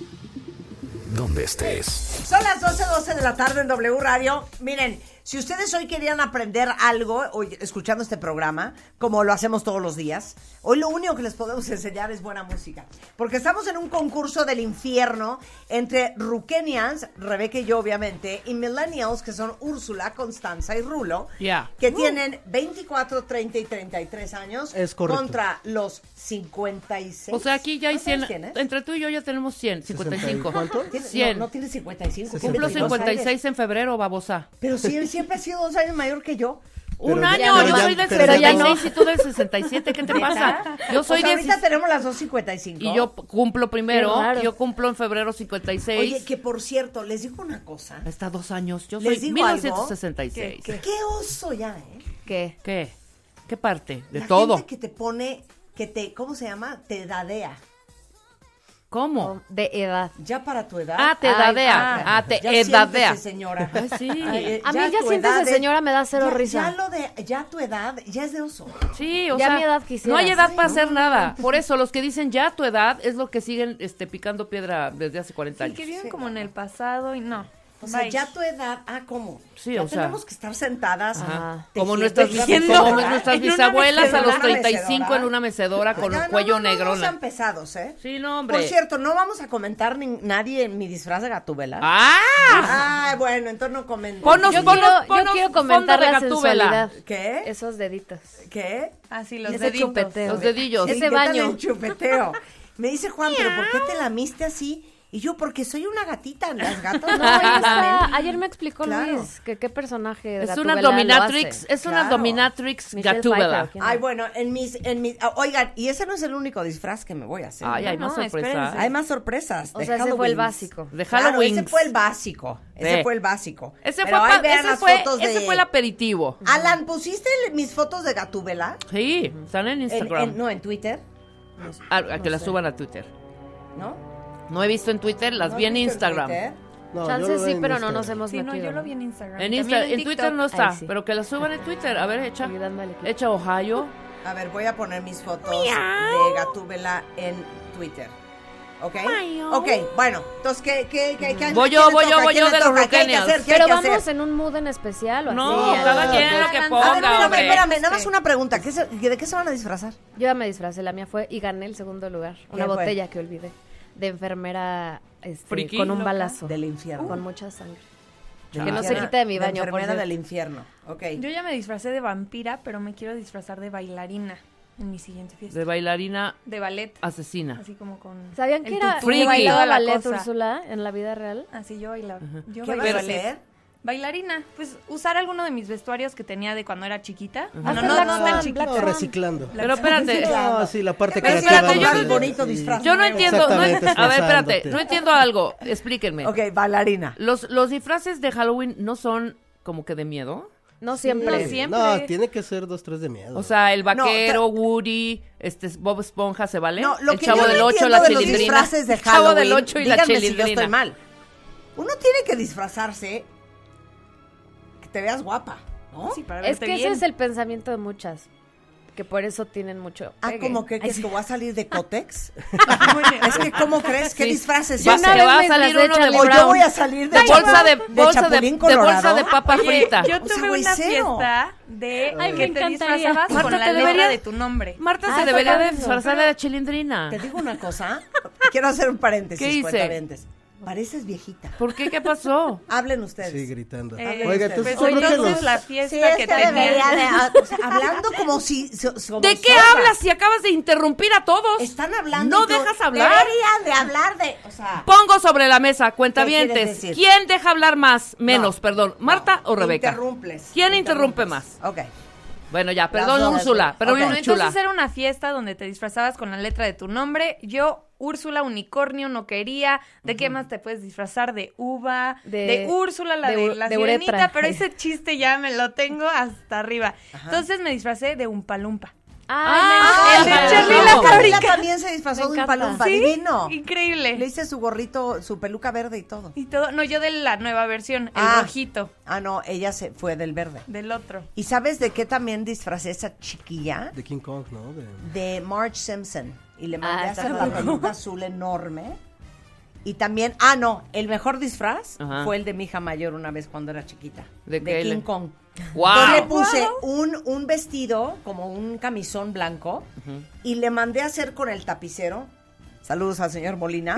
Speaker 1: donde estés.
Speaker 4: Son las 12, 12 de la tarde en W Radio. Miren, si ustedes hoy querían aprender algo hoy, escuchando este programa, como lo hacemos todos los días, hoy lo único que les podemos enseñar es buena música. Porque estamos en un concurso del infierno entre Rukenians, Rebeca y yo obviamente, y Millennials, que son Úrsula, Constanza y Rulo,
Speaker 3: Ya.
Speaker 4: que tienen 24, 30 y 33 años
Speaker 5: Uh. Es correcto.
Speaker 4: contra los 56.
Speaker 3: O sea, aquí ya hay
Speaker 4: ¿Cuántos años
Speaker 3: 100.
Speaker 4: tienes?
Speaker 3: Entre tú y yo ya tenemos 100. 55.
Speaker 5: ¿Cuánto?
Speaker 4: ¿Tienes-
Speaker 3: 100.
Speaker 4: No, no tienes 55. ¿qué
Speaker 3: Cumplo
Speaker 4: mentirosa eres?
Speaker 3: 56 en febrero, babosa.
Speaker 4: Pero sí, él siempre ha sido dos años mayor que yo.
Speaker 3: Un
Speaker 5: ya-
Speaker 3: año,
Speaker 5: pero
Speaker 3: yo
Speaker 5: ya-
Speaker 3: soy del
Speaker 5: pero ya
Speaker 3: 66
Speaker 5: no.
Speaker 3: y tú del 67. ¿Qué te pasa? Yo soy
Speaker 4: O sea,
Speaker 3: 16.
Speaker 4: ahorita tenemos las 2.55.
Speaker 3: Y yo cumplo
Speaker 6: Qué
Speaker 3: primero.
Speaker 6: raro.
Speaker 3: Yo cumplo en febrero 56.
Speaker 4: Oye, que por cierto, les digo una cosa.
Speaker 3: Está dos años. Yo
Speaker 4: ¿Les
Speaker 3: soy
Speaker 4: digo algo?
Speaker 3: 1966.
Speaker 4: ¿Qué, oso ya, eh?
Speaker 6: ¿Qué?
Speaker 3: ¿Qué? ¿Qué parte? De
Speaker 4: La
Speaker 3: todo.
Speaker 4: gente que te pone, que te, ¿cómo se llama? Te dadea.
Speaker 3: ¿Cómo?
Speaker 6: De edad.
Speaker 4: Ya para tu edad.
Speaker 3: Ah, te
Speaker 6: Ay,
Speaker 3: dadea.
Speaker 6: ah.
Speaker 3: Ah, te
Speaker 4: ya
Speaker 3: edadea.
Speaker 4: siéntese, señora.
Speaker 3: Ay, sí.
Speaker 4: eh,
Speaker 6: A mí ya
Speaker 4: tu
Speaker 6: siéntese,
Speaker 4: edad es-
Speaker 6: señora, me da cero
Speaker 4: ya-
Speaker 6: risa.
Speaker 4: Ya, lo de, ya tu edad, ya es de oso.
Speaker 3: Sí, o
Speaker 6: Ya
Speaker 3: sea,
Speaker 6: mi edad quisiera.
Speaker 3: no hay edad
Speaker 6: Sí,
Speaker 3: para hacer nada. Por eso los que dicen ya tu edad es lo que siguen este picando piedra desde hace
Speaker 9: Sí,
Speaker 3: 40 años.
Speaker 9: que viven como en el pasado y no.
Speaker 4: O sea,
Speaker 9: Bye.
Speaker 4: ya tu edad, ah, ¿cómo?
Speaker 3: Sí,
Speaker 4: ya
Speaker 3: o sea.
Speaker 4: tenemos que estar sentadas.
Speaker 3: Ajá.
Speaker 4: tejiendo
Speaker 3: Como nuestras,
Speaker 4: y
Speaker 3: como
Speaker 4: tejiendo.
Speaker 3: nuestras
Speaker 9: En una
Speaker 3: bisabuelas a
Speaker 9: mecedora.
Speaker 3: los
Speaker 4: Una mecedora.
Speaker 3: 35 en una mecedora con
Speaker 4: Ya,
Speaker 3: un
Speaker 4: no,
Speaker 3: cuello
Speaker 4: no, no,
Speaker 3: negro.
Speaker 4: No sean pesados, ¿eh?
Speaker 3: Sí, no, hombre.
Speaker 4: Por cierto, no vamos a comentar ni- nadie en mi disfraz de Gatúbela.
Speaker 3: ¡Ah!
Speaker 4: Ay, bueno, entonces no comento.
Speaker 3: Ponos,
Speaker 6: Yo
Speaker 3: ponos,
Speaker 6: quiero, yo
Speaker 3: ponos
Speaker 6: quiero
Speaker 3: fondo
Speaker 6: comentar
Speaker 3: de
Speaker 6: la
Speaker 3: Gatúbela.
Speaker 6: sensualidad. Ah,
Speaker 4: ¿Qué?
Speaker 6: Esos deditos.
Speaker 4: ¿Qué?
Speaker 9: Así los
Speaker 6: Ese
Speaker 9: deditos.
Speaker 6: chupeteo.
Speaker 3: Los dedillos.
Speaker 4: Sí,
Speaker 6: Ese
Speaker 4: ¿qué tal
Speaker 6: baño.
Speaker 4: el chupeteo? Me dice Juan, ¿pero por qué te lamiste así? Y yo, porque soy una gatita, las gatas
Speaker 6: No,
Speaker 4: no bailan
Speaker 6: esa-
Speaker 4: lento.
Speaker 6: Ah, ayer me explicó
Speaker 4: Claro.
Speaker 6: Luis que qué personaje de
Speaker 3: Es
Speaker 6: la
Speaker 3: una
Speaker 6: Tubela lo
Speaker 3: dominatrix,
Speaker 6: hace.
Speaker 3: es una
Speaker 4: Claro.
Speaker 3: dominatrix
Speaker 6: Michelle
Speaker 3: gatúbela.
Speaker 6: Pfeiffer, ¿quién
Speaker 4: Ay,
Speaker 6: es?
Speaker 4: bueno, en mis, en mis, ah, oigan, y ese no es el único disfraz que me voy a hacer.
Speaker 3: Ay,
Speaker 4: ¿no?
Speaker 3: hay más
Speaker 6: No,
Speaker 3: sorpresa.
Speaker 6: espérense.
Speaker 4: Hay más sorpresas.
Speaker 6: O
Speaker 4: de
Speaker 6: sea, ese fue el
Speaker 4: Halloweens.
Speaker 6: básico.
Speaker 3: De
Speaker 4: Claro,
Speaker 3: Halloween.
Speaker 4: ese fue el básico. Ese
Speaker 3: Ve.
Speaker 4: fue el básico.
Speaker 3: Ese fue,
Speaker 4: Pero ahí
Speaker 3: pa-
Speaker 4: vean
Speaker 3: ese
Speaker 4: las
Speaker 3: fue,
Speaker 4: fotos
Speaker 3: ese
Speaker 4: de-
Speaker 3: fue el aperitivo.
Speaker 4: Alan, ¿pusiste el- mis fotos de Gatúbela?
Speaker 3: Sí, están en
Speaker 4: En-
Speaker 3: Instagram.
Speaker 4: en- no, en Twitter,
Speaker 3: Ah, a, que las suban a Twitter.
Speaker 4: ¿no?
Speaker 3: No he visto en Twitter, las
Speaker 4: ¿No
Speaker 3: vi en
Speaker 4: viste el
Speaker 3: Instagram.
Speaker 4: Twitter?
Speaker 9: ¿eh?
Speaker 5: No, yo
Speaker 6: Chances
Speaker 5: lo
Speaker 6: sí,
Speaker 5: veo en
Speaker 6: pero no nos
Speaker 5: Instagram.
Speaker 6: hemos
Speaker 9: Sí, no,
Speaker 6: metido.
Speaker 9: yo lo vi en Instagram.
Speaker 3: En,
Speaker 9: también
Speaker 3: Insta- en
Speaker 9: TikTok.
Speaker 3: Twitter no está,
Speaker 6: Ahí sí.
Speaker 3: pero que las suban en Twitter. A ver, echa.
Speaker 6: Ayudando al equipo.
Speaker 3: Echa Ohio.
Speaker 4: A ver, voy a poner mis fotos de Gatúbela en Twitter. ¿Ok? Ok, bueno. Entonces, ¿qué, qué, qué, qué-
Speaker 3: Voy
Speaker 4: ¿a
Speaker 3: yo,
Speaker 4: quién le
Speaker 3: voy yo,
Speaker 4: toca? ¿A
Speaker 3: voy
Speaker 4: quién
Speaker 3: yo
Speaker 4: le
Speaker 3: de los
Speaker 4: toca? ¿Qué hay que
Speaker 3: Roquenias.
Speaker 4: hacer? ¿Qué hay
Speaker 6: Pero
Speaker 4: que hacer?
Speaker 6: vamos en un mood en especial o
Speaker 3: No,
Speaker 6: así.
Speaker 3: cada
Speaker 6: algo? Este.
Speaker 3: quien lo que
Speaker 4: A
Speaker 3: ponga,
Speaker 4: ver, espérame,
Speaker 3: hombre.
Speaker 4: espérame, nada más una pregunta. ¿qué se- ¿De qué se van a disfrazar?
Speaker 6: Yo ya me disfracé, la mía fue y gané el segundo lugar. Una
Speaker 4: fue?
Speaker 6: botella que olvidé. De enfermera este,
Speaker 3: Friki.
Speaker 6: con un balazo.
Speaker 4: Del infierno.
Speaker 6: Con mucha sangre.
Speaker 4: Del
Speaker 6: Que no se
Speaker 4: infierno.
Speaker 6: quita de mi baño, por
Speaker 4: enfermera
Speaker 6: cierto.
Speaker 4: del infierno. Ok.
Speaker 9: Yo ya me disfracé de vampira, pero me quiero disfrazar de bailarina en mi siguiente fiesta.
Speaker 3: De bailarina
Speaker 9: De ballet.
Speaker 3: asesina.
Speaker 9: Así como con.
Speaker 6: ¿Sabían que
Speaker 9: el
Speaker 6: era
Speaker 9: tutú,
Speaker 3: Friki.
Speaker 6: yo bailaba
Speaker 9: bailaba la
Speaker 6: ballet,
Speaker 9: cosa.
Speaker 6: Úrsula, en la vida real?
Speaker 9: Así yo bailaba. Yo
Speaker 4: ¿Qué vas
Speaker 9: bailaba
Speaker 4: a hacer?
Speaker 9: Bailarina, pues usar alguno de mis vestuarios que tenía de cuando era chiquita.
Speaker 6: Hasta
Speaker 9: No, no,
Speaker 6: Black
Speaker 9: no, tan
Speaker 6: Swan,
Speaker 9: chiquita.
Speaker 6: Black
Speaker 5: No, reciclando.
Speaker 3: Pero espérate.
Speaker 5: No, sí, la parte
Speaker 4: Pero
Speaker 5: creativa.
Speaker 3: espérate,
Speaker 5: no
Speaker 3: yo
Speaker 5: sé.
Speaker 3: no-
Speaker 4: bonito disfraz.
Speaker 3: Yo no entiendo. no
Speaker 5: Exactamente,
Speaker 3: ent- a ver, espérate.
Speaker 5: esforzándote.
Speaker 3: No entiendo algo. Explíquenme.
Speaker 4: Ok, bailarina.
Speaker 3: Los, los disfraces de Halloween no son como que de miedo.
Speaker 6: No siempre.
Speaker 9: No siempre.
Speaker 5: No, tiene que ser dos, tres de miedo.
Speaker 3: O sea, el
Speaker 4: No,
Speaker 3: vaquero, Woody, este Bob Esponja se vale.
Speaker 4: No, lo
Speaker 3: el
Speaker 4: que
Speaker 3: chavo
Speaker 4: yo
Speaker 3: del
Speaker 4: no
Speaker 3: 8,
Speaker 4: entiendo
Speaker 3: la
Speaker 4: de los
Speaker 3: chilindrina.
Speaker 4: disfraces de
Speaker 3: el chavo del
Speaker 4: Halloween,
Speaker 3: 8 y la
Speaker 4: díganme si yo
Speaker 3: chilindrina.
Speaker 4: estoy mal. Uno tiene que disfrazarse que te veas guapa, ¿no?
Speaker 9: Sí, para
Speaker 6: Es
Speaker 9: verte
Speaker 6: que ese
Speaker 9: bien.
Speaker 6: es el pensamiento de muchas. Que por eso tienen mucho.
Speaker 4: Ah,
Speaker 6: pegue.
Speaker 4: ¿cómo que
Speaker 6: Ay,
Speaker 4: crees
Speaker 6: sí.
Speaker 4: que voy a salir de Cotex? es que, ¿cómo crees? ¿Qué
Speaker 3: Sí.
Speaker 4: disfraces
Speaker 3: Va-
Speaker 6: Yo
Speaker 4: yo
Speaker 6: una
Speaker 3: se
Speaker 6: vez
Speaker 3: va a
Speaker 6: me
Speaker 3: salir
Speaker 6: disfracé
Speaker 3: uno de
Speaker 6: Charlie
Speaker 4: O yo
Speaker 6: Brown.
Speaker 4: voy a salir de,
Speaker 3: De bolsa
Speaker 4: chapulín-
Speaker 3: de, bolsa de, de
Speaker 4: chapulín
Speaker 3: bolsa
Speaker 4: colorado.
Speaker 3: de papa
Speaker 9: Oye,
Speaker 3: frita.
Speaker 9: Yo
Speaker 4: O
Speaker 9: tuve
Speaker 4: sea, güey,
Speaker 9: una
Speaker 4: cero.
Speaker 9: fiesta de
Speaker 6: Ay,
Speaker 9: que
Speaker 6: me
Speaker 9: te
Speaker 6: encantaría.
Speaker 9: disfrazabas
Speaker 3: Marta,
Speaker 9: con la
Speaker 3: te
Speaker 9: letra
Speaker 3: debería-
Speaker 9: de tu nombre.
Speaker 3: Marta
Speaker 6: Ah,
Speaker 3: se
Speaker 6: eso
Speaker 3: debería de
Speaker 6: también,
Speaker 3: disfrazar de la chilindrina.
Speaker 4: Te digo una cosa. Quiero hacer un paréntesis,
Speaker 3: ¿Qué hice?
Speaker 4: cuentavientes. Pareces viejita.
Speaker 3: ¿Por qué? ¿Qué pasó?
Speaker 4: Hablen ustedes.
Speaker 5: Sí, gritando.
Speaker 9: Eh,
Speaker 5: Oiga,
Speaker 4: pues,
Speaker 5: entonces
Speaker 9: Pues
Speaker 5: yo creo que
Speaker 9: entonces
Speaker 5: los-
Speaker 9: la
Speaker 4: Sí,
Speaker 9: fiesta
Speaker 4: es
Speaker 9: que
Speaker 4: que debería
Speaker 9: tenía.
Speaker 4: de- ah, o sea, hablando como si... so- como
Speaker 3: ¿De qué
Speaker 4: sorda.
Speaker 3: hablas si acabas de interrumpir a todos?
Speaker 4: Están hablando...
Speaker 3: No
Speaker 4: y yo-
Speaker 3: dejas hablar.
Speaker 4: Deberían de hablar de... O sea...
Speaker 3: Pongo sobre la mesa,
Speaker 4: ¿Qué
Speaker 3: cuentavientes.
Speaker 4: quieres decir?
Speaker 3: ¿Quién deja hablar más? Menos,
Speaker 4: No.
Speaker 3: perdón. ¿Marta o Rebeca?
Speaker 4: Interrumpes.
Speaker 3: ¿Quién interrumpe más?
Speaker 4: Ok.
Speaker 3: Bueno, ya, perdón,
Speaker 4: dos.
Speaker 3: Úrsula. Perdón,
Speaker 4: Ok.
Speaker 3: Úrsula.
Speaker 9: Entonces era una fiesta donde te disfrazabas con la letra de tu nombre. Yo, Úrsula Unicornio, no quería. ¿De qué más te puedes disfrazar? De uva,
Speaker 6: De-
Speaker 9: de, Úrsula, la
Speaker 6: de
Speaker 9: de,
Speaker 6: u-
Speaker 9: la
Speaker 6: de
Speaker 9: sirenita,
Speaker 6: uretra.
Speaker 9: pero ese chiste ya me lo tengo hasta arriba. Entonces me disfracé de un palumpa.
Speaker 6: Ay, me
Speaker 9: Ah,
Speaker 6: encanta.
Speaker 9: el de Charlie la
Speaker 4: Ella
Speaker 9: Cabrica.
Speaker 4: también se disfrazó
Speaker 6: Me
Speaker 4: de un
Speaker 6: encanta.
Speaker 4: palumpa divino.
Speaker 9: Increíble.
Speaker 4: Le hice su gorrito, su peluca verde y todo.
Speaker 9: Y todo, no, yo de la nueva versión, el
Speaker 4: Ah.
Speaker 9: rojito
Speaker 4: Ah, no, ella se fue del verde.
Speaker 9: del otro.
Speaker 4: ¿Y sabes de qué también disfracé a esa chiquilla?
Speaker 5: De King Kong, ¿no? De-
Speaker 4: De Marge Simpson. Y le
Speaker 6: Ah,
Speaker 4: mandé a
Speaker 6: está
Speaker 4: hacer la
Speaker 6: bueno.
Speaker 4: peluca azul enorme. Y también, ah, no, el mejor disfraz
Speaker 3: Ajá.
Speaker 4: fue el de mi hija mayor una vez cuando era chiquita.
Speaker 3: ¿De
Speaker 4: De,
Speaker 3: qué le-
Speaker 4: King Kong.
Speaker 3: ¡Guau!
Speaker 4: Entonces le puse un, un vestido, como un camisón blanco,
Speaker 3: Mm-hmm.
Speaker 4: y le mandé a hacer con el tapicero. Saludos al señor Molina.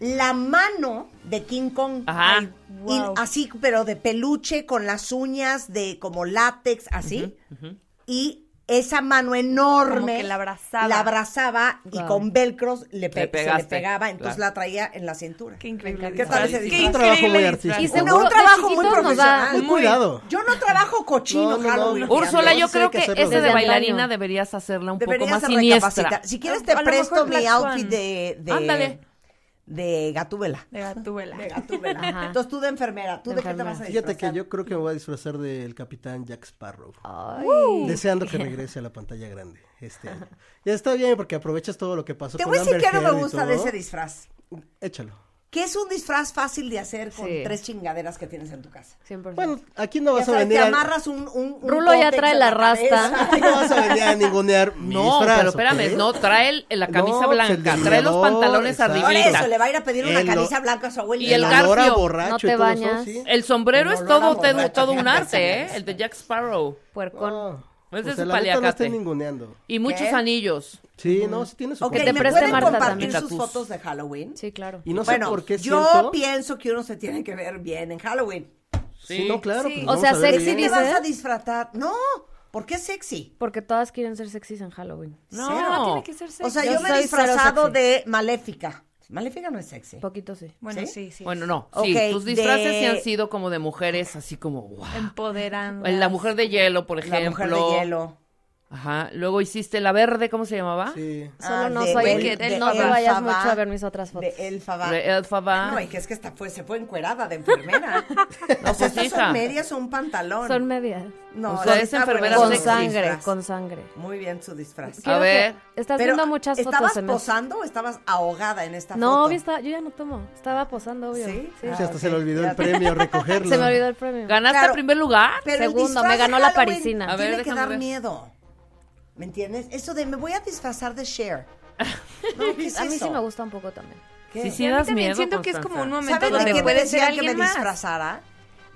Speaker 4: la mano de King Kong.
Speaker 3: Ajá.
Speaker 4: Ay,
Speaker 9: wow.
Speaker 4: y así, pero de peluche, con las uñas de como látex, así.
Speaker 3: Mm-hmm.
Speaker 4: Y esa mano enorme.
Speaker 9: Como que la abrazaba.
Speaker 4: La abrazaba y
Speaker 6: Wow.
Speaker 4: con velcros le, pe-
Speaker 3: Le
Speaker 4: se
Speaker 3: pegaste,
Speaker 4: le pegaba. Entonces
Speaker 3: claro.
Speaker 4: la traía en la cintura.
Speaker 9: Qué increíble.
Speaker 4: ¿Qué tal ese
Speaker 5: Un
Speaker 9: disfraz.
Speaker 4: disfraz?
Speaker 5: trabajo muy
Speaker 9: disfraz.
Speaker 5: artístico.
Speaker 6: Y
Speaker 5: No,
Speaker 6: seguro
Speaker 4: un
Speaker 6: de
Speaker 4: trabajo muy
Speaker 6: chiquitos nos da-
Speaker 4: profesional.
Speaker 5: Muy cuidado.
Speaker 4: Yo no trabajo cochino,
Speaker 5: No, no, no,
Speaker 4: Halloween.
Speaker 5: no.
Speaker 3: Úrsula, yo
Speaker 5: Sí,
Speaker 3: creo
Speaker 5: hay que
Speaker 3: que
Speaker 5: hacerlo.
Speaker 3: ese de
Speaker 6: Desde
Speaker 3: bailarina
Speaker 6: antaño.
Speaker 3: deberías hacerla un poco
Speaker 4: Deberías
Speaker 3: más siniestra.
Speaker 4: recapacitar. Si quieres
Speaker 9: A
Speaker 4: te
Speaker 9: lo
Speaker 4: presto
Speaker 9: mejor
Speaker 4: mi
Speaker 9: Black Swan.
Speaker 4: outfit de de,
Speaker 3: Ándale.
Speaker 4: de Gatúbela.
Speaker 9: De Gatúbela.
Speaker 4: De Gatúbela.
Speaker 6: Ajá.
Speaker 4: Entonces tú de enfermera, ¿tú de, qué te
Speaker 6: Enfermera.
Speaker 4: vas a
Speaker 5: Fíjate que
Speaker 4: disfrazar? Mm.
Speaker 5: yo creo que me voy a disfrazar del capitán Jack Sparrow.
Speaker 6: Ay.
Speaker 5: Deseando que regrese a la pantalla grande este año. Ya está bien porque aprovechas todo lo que pasó
Speaker 4: Te
Speaker 5: con
Speaker 4: voy a decir
Speaker 5: Amber
Speaker 4: que no me
Speaker 5: Heard y
Speaker 4: gusta de
Speaker 5: todo.
Speaker 4: ese disfraz.
Speaker 5: Échalo.
Speaker 4: Que es un disfraz fácil de hacer con
Speaker 6: Sí.
Speaker 4: tres chingaderas que tienes en tu casa.
Speaker 6: 100%.
Speaker 5: Bueno, aquí no
Speaker 4: Ya
Speaker 5: vas a
Speaker 4: sabes,
Speaker 5: venir
Speaker 4: te
Speaker 5: a...
Speaker 4: amarras un, un, un
Speaker 6: Rulo ya
Speaker 4: cótex
Speaker 6: trae
Speaker 4: en
Speaker 6: la rasta.
Speaker 4: cabeza.
Speaker 5: Aquí no vas a venir a ningunear mi
Speaker 3: No,
Speaker 5: disfraz,
Speaker 3: pero
Speaker 5: ¿ok?
Speaker 3: espérame, no, trae el- la camisa
Speaker 5: No, pues el
Speaker 3: blanca, trae los
Speaker 5: diseñador,
Speaker 3: pantalones
Speaker 5: exacto.
Speaker 4: Por
Speaker 3: arribita.
Speaker 4: eso, le va a ir a pedir una
Speaker 5: Él lo-
Speaker 4: camisa blanca a su abuelita.
Speaker 3: Y el
Speaker 5: olor a
Speaker 3: garfio.
Speaker 5: borracho
Speaker 6: No
Speaker 5: y
Speaker 6: te
Speaker 5: todo eso,
Speaker 6: bañas.
Speaker 5: sí.
Speaker 3: El sombrero
Speaker 4: El
Speaker 3: es
Speaker 4: olor a
Speaker 3: todo, te-
Speaker 4: borracho.
Speaker 3: todo un arte, ¿eh? El de Jack Sparrow.
Speaker 6: Puercón.
Speaker 5: Ah,
Speaker 3: Ese es
Speaker 5: o sea,
Speaker 3: un
Speaker 5: la neta no
Speaker 3: paliacate.
Speaker 5: estén ninguneando.
Speaker 3: Y muchos
Speaker 4: ¿Qué?
Speaker 3: anillos.
Speaker 5: Sí, no, sí tiene su
Speaker 4: Ok,
Speaker 6: Que te
Speaker 5: contenido.
Speaker 4: ¿me
Speaker 6: preste
Speaker 4: pueden
Speaker 6: Marta
Speaker 4: compartir
Speaker 6: también.
Speaker 4: sus
Speaker 3: Cactus.
Speaker 4: fotos de Halloween?
Speaker 6: Sí, claro.
Speaker 5: Y no sé
Speaker 4: bueno,
Speaker 5: por qué
Speaker 4: yo
Speaker 5: siento...
Speaker 4: pienso que uno se tiene que ver bien en Halloween.
Speaker 5: Sí, no, claro.
Speaker 9: Sí.
Speaker 5: pues
Speaker 9: O
Speaker 5: vamos
Speaker 6: sea,
Speaker 5: a ver
Speaker 6: sexy
Speaker 5: bien.
Speaker 4: ¿Qué te
Speaker 6: dice-
Speaker 4: vas a disfrazar? No, ¿por qué sexy?
Speaker 6: Porque todas quieren ser sexys en Halloween.
Speaker 3: No,
Speaker 4: Cero.
Speaker 9: No, tiene que ser
Speaker 4: O sea,
Speaker 6: Yo
Speaker 4: yo, me he
Speaker 6: soy cero
Speaker 4: disfrazado
Speaker 6: sexy.
Speaker 4: de maléfica. Maléfica no es sexy.
Speaker 6: Poquito sí. Oh,
Speaker 9: Bueno,
Speaker 4: ¿Sí?
Speaker 9: sí, sí.
Speaker 3: Bueno, no. Sí,
Speaker 4: Ok,
Speaker 3: tus disfraces sí han
Speaker 4: de-
Speaker 3: sido como de mujeres, así como, wow.
Speaker 9: Empoderando.
Speaker 3: La mujer de hielo, por ejemplo.
Speaker 4: La mujer de hielo.
Speaker 3: Ajá. Luego hiciste la verde, ¿cómo se llamaba?
Speaker 5: Sí.
Speaker 6: Solo
Speaker 4: Ah,
Speaker 6: no
Speaker 4: de
Speaker 6: soy
Speaker 4: Bel-
Speaker 6: que
Speaker 4: de
Speaker 6: no te
Speaker 4: Elphaba.
Speaker 6: vayas mucho a ver mis otras
Speaker 4: De
Speaker 6: fotos.
Speaker 4: Elfaba.
Speaker 3: De Elfaba.
Speaker 4: No, y que es que esta fue, se fue encuerada de enfermera.
Speaker 3: No,
Speaker 4: o sea,
Speaker 3: pues,
Speaker 4: estas
Speaker 3: hija.
Speaker 4: son medias o un pantalón.
Speaker 6: Son medias.
Speaker 4: No,
Speaker 3: O sea,
Speaker 4: está
Speaker 3: es enfermera
Speaker 4: bueno
Speaker 6: Con
Speaker 4: su
Speaker 3: sexy.
Speaker 6: sangre,
Speaker 4: disfraz.
Speaker 6: con sangre.
Speaker 4: Muy bien su disfraz.
Speaker 3: A
Speaker 6: Quiero que-
Speaker 3: ver.
Speaker 6: Estás
Speaker 4: Pero,
Speaker 6: viendo muchas fotos.
Speaker 4: ¿Estabas
Speaker 6: se me hace.
Speaker 4: posando o estabas ahogada en esta
Speaker 6: No,
Speaker 4: foto?
Speaker 6: obvio, estaba- yo ya no tomo. Estaba posando, obvio.
Speaker 4: Sí.
Speaker 5: O
Speaker 4: Ah,
Speaker 5: sea, hasta
Speaker 4: ok.
Speaker 5: se le olvidó
Speaker 4: Ya.
Speaker 5: el premio recogerlo.
Speaker 6: Se me olvidó el premio.
Speaker 3: ¿Ganaste
Speaker 4: Claro.
Speaker 3: primer lugar?
Speaker 4: Pero el
Speaker 6: Segundo,
Speaker 4: disfraz
Speaker 6: me
Speaker 4: de
Speaker 6: ganó la
Speaker 4: Halloween
Speaker 6: parisina.
Speaker 3: A ver,
Speaker 4: Tiene que
Speaker 3: déjame
Speaker 4: dar
Speaker 3: ver.
Speaker 4: miedo. ¿Me entiendes? Eso de me voy a disfrazar de Cher. No, ¿qué es
Speaker 6: a mí
Speaker 4: eso?
Speaker 6: sí me gusta un poco también.
Speaker 4: ¿Qué?
Speaker 3: Sí,
Speaker 9: Sí,
Speaker 3: sí,
Speaker 9: a mí
Speaker 3: das
Speaker 9: también
Speaker 3: miedo,
Speaker 9: siento que es como un
Speaker 3: Constanza.
Speaker 9: momento
Speaker 4: ¿Saben de
Speaker 9: donde
Speaker 4: qué me
Speaker 9: puede ser
Speaker 4: decían que me
Speaker 9: alguien más.
Speaker 4: disfrazara?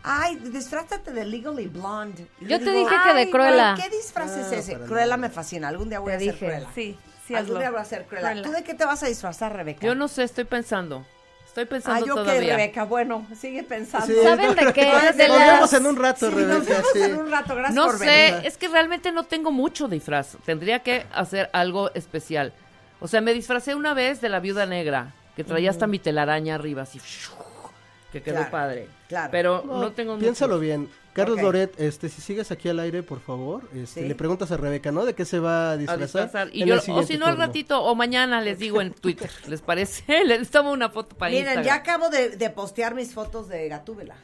Speaker 4: Ay, disfrázate de Legally Blonde. Y
Speaker 6: Yo te
Speaker 4: digo,
Speaker 6: dije que de
Speaker 4: "Ay,
Speaker 6: Cruella".
Speaker 4: ¿Qué disfraz
Speaker 5: Ah,
Speaker 4: es ese? Cruella me fascina. Algún día voy
Speaker 6: Te
Speaker 4: a ser
Speaker 6: dije.
Speaker 4: Cruella.
Speaker 9: Sí, sí, hazlo.
Speaker 4: Algún día voy a ser Cruella.
Speaker 9: Cruella.
Speaker 4: ¿Tú de qué te vas a disfrazar, Rebeca?
Speaker 3: Yo no sé, estoy pensando. Estoy pensando
Speaker 4: Ah, yo qué,
Speaker 3: todavía.
Speaker 4: Rebeca. Bueno, sigue pensando.
Speaker 5: Sí,
Speaker 6: ¿Saben de qué?
Speaker 5: Nos
Speaker 6: De
Speaker 5: vemos
Speaker 6: las...
Speaker 5: en un rato,
Speaker 4: Sí, nos
Speaker 5: Rebeca.
Speaker 4: vemos
Speaker 5: sí.
Speaker 4: en un rato. Gracias
Speaker 3: No
Speaker 4: por
Speaker 3: sé,
Speaker 4: venir.
Speaker 3: es que realmente no tengo mucho disfraz. Tendría que hacer algo especial. O sea, me disfracé una vez de la viuda negra, que traía hasta mi telaraña arriba, así. Que quedó
Speaker 4: Claro,
Speaker 3: padre.
Speaker 4: claro.
Speaker 3: Pero no, tengo mucho.
Speaker 5: Piénsalo bien. Carlos
Speaker 4: Ok.
Speaker 5: Loret, este, si sigues aquí al aire, por favor, este,
Speaker 4: Sí.
Speaker 5: le preguntas a Rebeca, ¿no? ¿De qué se va a
Speaker 3: a
Speaker 5: disfrazar?
Speaker 3: disfrazar. Y
Speaker 5: en
Speaker 3: yo,
Speaker 5: el
Speaker 3: o
Speaker 5: siguiente
Speaker 3: si no, al
Speaker 5: turno?
Speaker 3: ratito o mañana les digo en Twitter. ¿Les parece? Les tomo una foto para
Speaker 4: Miren, ya
Speaker 3: Instagram.
Speaker 4: acabo de, de postear mis fotos de Gatúbela.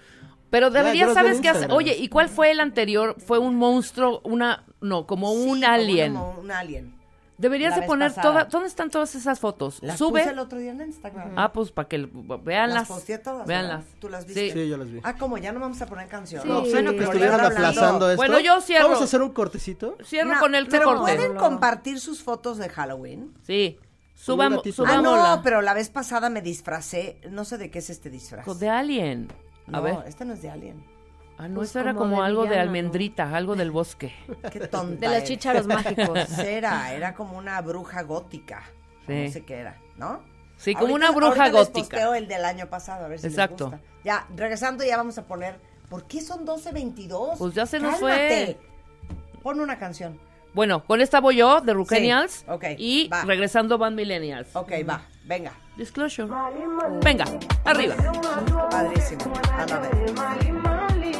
Speaker 3: Pero
Speaker 5: Ya,
Speaker 3: deberías,
Speaker 5: yo los veo
Speaker 3: ¿sabes
Speaker 5: en
Speaker 3: qué hacer?
Speaker 5: Instagram.
Speaker 3: Oye, ¿y cuál fue el anterior? Fue un monstruo, una. No, como un alien.
Speaker 4: Como un alien.
Speaker 3: Deberías
Speaker 4: La
Speaker 3: de
Speaker 4: vez
Speaker 3: poner
Speaker 4: pasada.
Speaker 3: todas. ¿Dónde están todas esas fotos?
Speaker 4: Las
Speaker 3: Sube.
Speaker 4: puse el otro día en Instagram.
Speaker 3: Ah, pues para que
Speaker 4: Las
Speaker 3: veanlas.
Speaker 4: posteé todas,
Speaker 3: Veanlas.
Speaker 4: ¿verdad? ¿Tú las viste?
Speaker 5: Sí, yo las vi.
Speaker 4: Ah, como ya no vamos a poner canción.
Speaker 6: No,
Speaker 3: pues,
Speaker 6: Sí.
Speaker 5: Bueno, que estuvieran
Speaker 4: Hablando.
Speaker 5: aplazando esto.
Speaker 3: Bueno, yo cierro.
Speaker 5: Vamos a hacer un cortecito.
Speaker 3: Cierro
Speaker 4: No,
Speaker 3: con el
Speaker 4: pero
Speaker 3: corte.
Speaker 4: pueden compartir sus fotos de Halloween.
Speaker 3: Sí.
Speaker 5: un
Speaker 3: Subamos,
Speaker 5: gatito.
Speaker 4: Ah,
Speaker 3: subámosla.
Speaker 4: no, pero la vez pasada me disfracé. No sé de qué es este disfraz.
Speaker 3: De Alien. A
Speaker 4: no,
Speaker 3: ver.
Speaker 4: este no es de alien.
Speaker 3: Ah, no,
Speaker 6: Pues
Speaker 3: eso era
Speaker 6: como
Speaker 3: como
Speaker 6: de
Speaker 3: algo de
Speaker 6: villana, ¿no?
Speaker 3: almendrita, algo del bosque.
Speaker 4: Qué tonta.
Speaker 6: De los
Speaker 4: eres.
Speaker 6: chícharos mágicos.
Speaker 4: Era, era como una bruja gótica.
Speaker 3: Sí.
Speaker 4: No sé qué era, ¿no?
Speaker 3: Sí, como una
Speaker 4: Ahorita-
Speaker 3: bruja
Speaker 4: ahorita les
Speaker 3: gótica.
Speaker 4: posteo el del año pasado, a ver si les
Speaker 3: Exacto.
Speaker 4: gusta. Ya, regresando, ya vamos a poner. ¿Por qué son 12.22?
Speaker 3: Pues ya se nos
Speaker 4: Cálmate. Pon una canción.
Speaker 3: Bueno, con esta voy yo, de Rucenials.
Speaker 4: Sí, ok,
Speaker 3: Y
Speaker 4: va.
Speaker 3: regresando van Millennials.
Speaker 4: Ok, va, venga.
Speaker 3: Disclosure. Venga, Mm-hmm. arriba.
Speaker 4: Padrísimo. A la vez.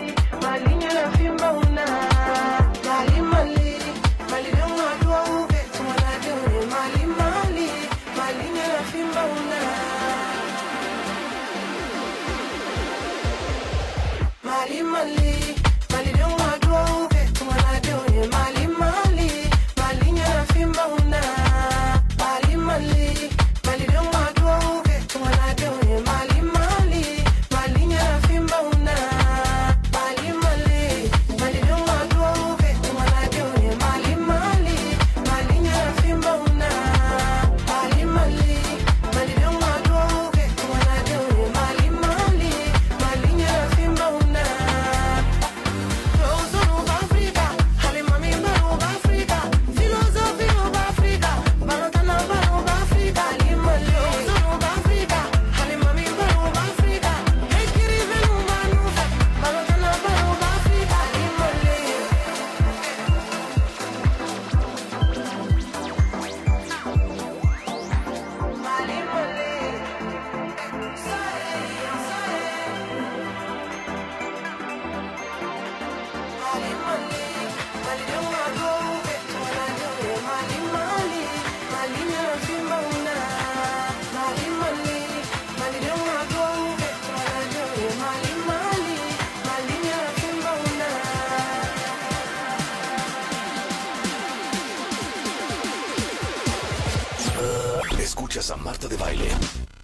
Speaker 7: Escuchas a Marta de Baile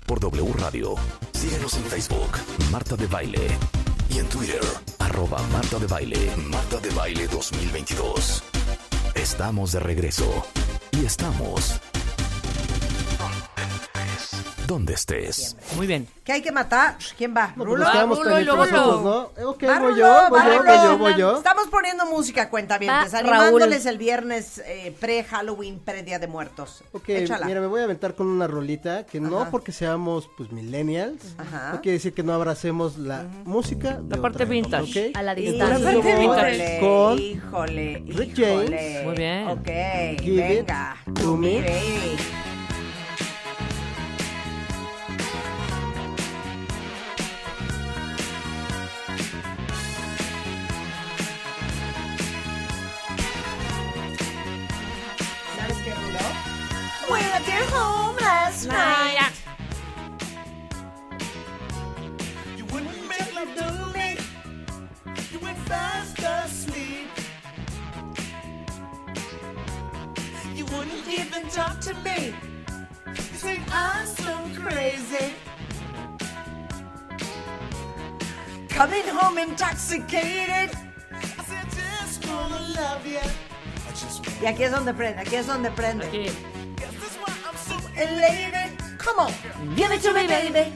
Speaker 7: por W Radio. Síguenos en Facebook, Marta de Baile. Y en Twitter, arroba Marta de Baile, Marta de Baile 2022. Estamos de regreso. Y estamos... Donde estés.
Speaker 3: Muy bien.
Speaker 4: ¿Qué hay que matar? ¿Quién va?
Speaker 5: No, pues
Speaker 4: ¿Rulo?
Speaker 5: nos quedamos
Speaker 3: Rulo y
Speaker 5: pendientes
Speaker 3: luego
Speaker 5: nosotros, ¿no? Eh, Ok,
Speaker 4: Va,
Speaker 5: voy
Speaker 4: Rulo,
Speaker 5: yo, voy
Speaker 4: va,
Speaker 5: yo,
Speaker 4: Rulo.
Speaker 5: voy yo, voy yo.
Speaker 4: Estamos poniendo música, cuentavientes,
Speaker 6: Va,
Speaker 4: animándoles
Speaker 6: Raúl.
Speaker 4: el viernes eh, pre-Halloween, pre-Día de Muertos.
Speaker 5: Ok,
Speaker 4: Échala.
Speaker 5: mira, me voy a aventar con una rolita que no
Speaker 4: Ajá.
Speaker 5: porque seamos, pues, millennials,
Speaker 4: Ajá.
Speaker 5: no quiere decir que no abracemos la música. de
Speaker 3: La parte
Speaker 5: otra época,
Speaker 3: vintage.
Speaker 5: ¿ok?
Speaker 6: A la
Speaker 5: Entonces
Speaker 6: distancia.
Speaker 5: yo
Speaker 3: La
Speaker 5: voy
Speaker 3: parte
Speaker 4: Híjole,
Speaker 5: con
Speaker 4: híjole,
Speaker 5: Rick
Speaker 4: híjole.
Speaker 5: James.
Speaker 3: Muy bien.
Speaker 4: Ok,
Speaker 5: Give It
Speaker 4: venga.
Speaker 5: To Me.
Speaker 4: Baby.
Speaker 7: talk to me. You think I'm so crazy. Coming home intoxicated. I said, just wanna love you. I just
Speaker 4: Y aquí es donde prende, aquí es donde prende.
Speaker 3: Aquí.
Speaker 7: Guess that's why I'm so Mm-hmm.
Speaker 4: Elated. Come on. Give it to me, baby.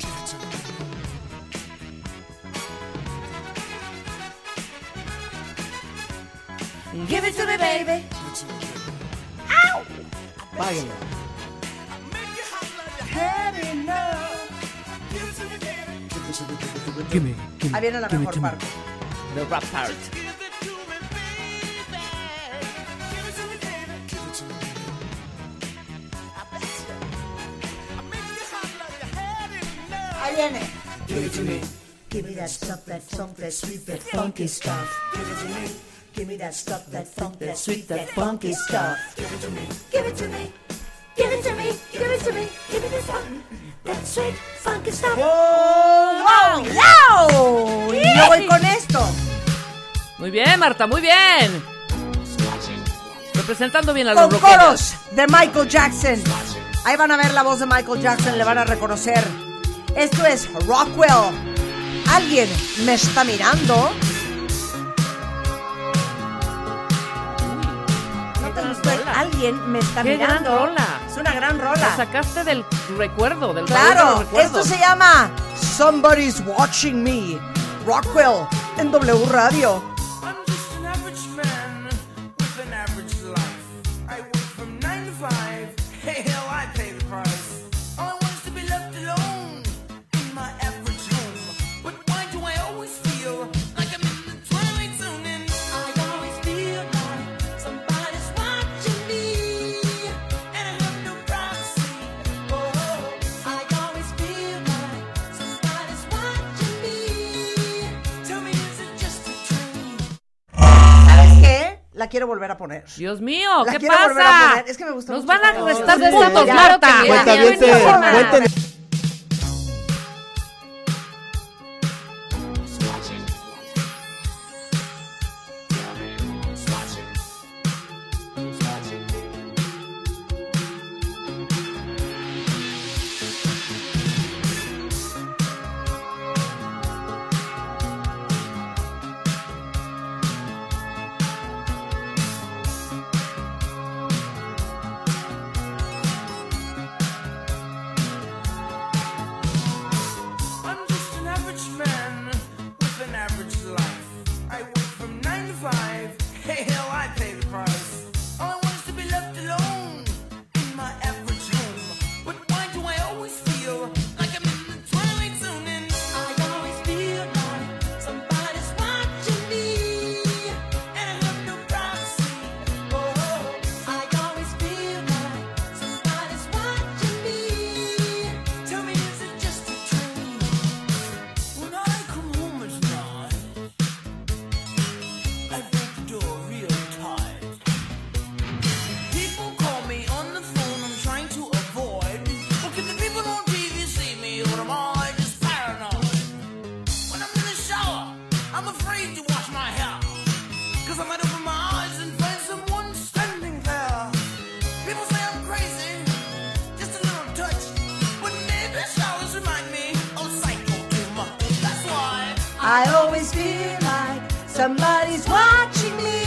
Speaker 4: Give it to me, baby.
Speaker 5: Páguenlo.
Speaker 7: had enough. Give it to me, baby.
Speaker 4: Ahí viene la mejor parte.
Speaker 3: The rap part.
Speaker 7: Give it to me, baby. Give it to me, baby. Give it to me, baby. I bet you. I make you hot like you had enough.
Speaker 4: Ahí viene.
Speaker 7: Give it to me. Give me that stuff, that funk, that sweet, that funky stuff. Give it to me. Give me that stuff, that funk, that sweet, that funky stuff.
Speaker 10: Give it to me. Give it to me. Give it to me. Give me this one. That sweet, funky stuff.
Speaker 4: ¡Oh! ¡Wow! Y yo voy con esto.
Speaker 3: Muy bien, Marta, muy bien. Representando bien a los
Speaker 4: Con
Speaker 3: rockeros.
Speaker 4: coros de Michael Jackson. Ahí van a ver la voz de Michael Jackson, le van a reconocer. Esto es Rockwell. ¿Alguien me está mirando? ¿No te gustó el alguien me está
Speaker 3: Qué gran
Speaker 4: mirando?
Speaker 3: rola.
Speaker 4: Es una gran
Speaker 3: Lo
Speaker 4: rola.
Speaker 3: sacaste del recuerdo, del baúl de
Speaker 4: Claro,
Speaker 3: los
Speaker 4: esto
Speaker 3: recuerdos.
Speaker 4: se llama Somebody's Watching Me. Rockwell en W Radio.
Speaker 7: I'm just an average man with an average life. I work from nine to five. Hey, hell, I pay the price. All I want is to be left alone in my average home. But why do I always feel like I'm in the twilight zone? And I always feel like somebody's watching me, and I have no privacy. Oh, I always feel like somebody's watching me. Tell me, is it just a dream?
Speaker 4: ¿Sabes qué? La quiero volver a poner.
Speaker 3: Dios mío,
Speaker 4: La
Speaker 3: ¿qué
Speaker 4: quiero volver a
Speaker 3: pasa?
Speaker 4: poner. Es que me gustó
Speaker 3: Nos
Speaker 4: mucho
Speaker 3: van a
Speaker 4: esta
Speaker 3: restar
Speaker 5: canción.
Speaker 3: puntos,
Speaker 5: Ya,
Speaker 3: Marta.
Speaker 9: ya,
Speaker 5: Cuenta bien,
Speaker 9: buenísima.
Speaker 5: cuenten
Speaker 7: I'm just an average man with an average life. I work from nine to five. Hey, hell, I pay the price. All I want is to be left alone in my average home. But why do I always feel like I'm in the twilight zone? And I always feel like somebody's watching me, and I have no privacy. Oh, I always feel like somebody's watching me. Tell me, is it just a dream? When I come home at night, I break the door real tight. People call me on the phone, I'm trying to avoid. Well, can the people on TV see me, or am I just paranoid? When I'm in the shower, I'm afraid to wash my hair. Cause I might open my eyes and find someone standing there. People say I'm crazy, just a little touch. But maybe showers remind me of psycho too much. That's why
Speaker 4: I always feel like somebody's watching me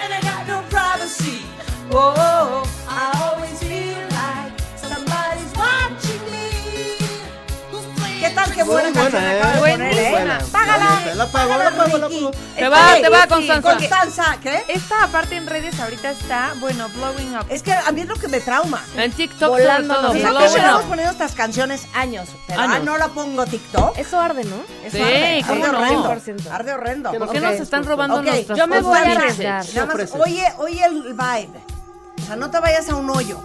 Speaker 4: and I got no privacy. Oh, I always feel like somebody's watching me.
Speaker 7: who's playing
Speaker 4: ¿Qué tal qué
Speaker 5: Muy
Speaker 4: buena
Speaker 5: buena,
Speaker 4: canción
Speaker 5: ¿eh?
Speaker 4: acabo de
Speaker 5: Muy
Speaker 4: poner, eh?
Speaker 5: buena.
Speaker 4: Págala.
Speaker 5: La pago, la pago, la
Speaker 4: Ricky.
Speaker 5: pago.
Speaker 3: Te va,
Speaker 4: Ey,
Speaker 3: te va,
Speaker 4: Ricky,
Speaker 3: Constanza.
Speaker 4: Constanza, ¿qué?
Speaker 9: Esta parte en redes ahorita está, bueno, blowing up.
Speaker 4: Es que a mí es lo que me trauma.
Speaker 3: En TikTok
Speaker 9: Volándonos,
Speaker 3: sobre
Speaker 9: ¿no?
Speaker 3: todo.
Speaker 4: Fíjate,
Speaker 3: Blowing
Speaker 4: llevamos
Speaker 3: up.
Speaker 4: poniendo estas canciones años, pero
Speaker 3: Años.
Speaker 4: ah, no la pongo TikTok.
Speaker 6: Eso arde, ¿no?
Speaker 4: Eso
Speaker 3: Sí,
Speaker 4: arde,
Speaker 3: ¿cómo
Speaker 4: arde
Speaker 3: no?
Speaker 4: horrendo.
Speaker 6: 100%.
Speaker 4: Arde horrendo.
Speaker 5: ¿Por
Speaker 3: ¿Por qué
Speaker 5: Ok.
Speaker 3: nos están robando
Speaker 4: Ok,
Speaker 3: nuestras
Speaker 6: yo me voy a
Speaker 3: cosas?
Speaker 6: arriesgar.
Speaker 4: Nada más,
Speaker 5: ofreces?
Speaker 4: oye, oye el vibe. O sea, no te vayas a un hoyo.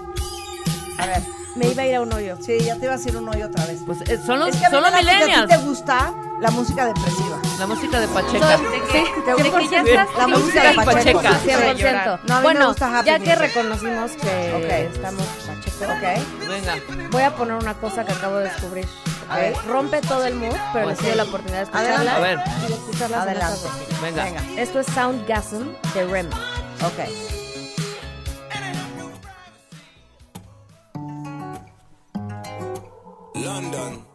Speaker 4: A ver,
Speaker 6: Me iba a ir a un hoyo.
Speaker 4: sí, ya te iba a decir un hoyo otra vez.
Speaker 3: Pues eh, son los,
Speaker 4: es que a mí
Speaker 3: son
Speaker 4: me
Speaker 3: los
Speaker 4: late que a ti
Speaker 3: millennials.
Speaker 4: te gusta la música depresiva.
Speaker 3: La música de Pacheca.
Speaker 9: De que-
Speaker 4: Sí,
Speaker 9: de que ya
Speaker 4: 100%.
Speaker 9: estás
Speaker 4: La
Speaker 9: triste.
Speaker 4: música de
Speaker 3: Pacheco.
Speaker 4: Pacheco.
Speaker 3: Pacheca.
Speaker 4: Sí, sí,
Speaker 6: 100%.
Speaker 4: No, a mí me
Speaker 6: bueno,
Speaker 4: gusta Happy
Speaker 6: ya que
Speaker 4: Music.
Speaker 6: reconocimos que
Speaker 4: Ok.
Speaker 6: estamos pachecos,
Speaker 4: Ok.
Speaker 3: Venga.
Speaker 6: voy a poner una cosa que acabo de descubrir.
Speaker 4: A ver.
Speaker 6: Rompe todo el mood, pero les doy la oportunidad de escucharla.
Speaker 3: A ver.
Speaker 6: Y de escucharla
Speaker 4: Adelante.
Speaker 3: Venga.
Speaker 6: Esto es Soundgasm de Rem.
Speaker 4: Ok.
Speaker 11: London.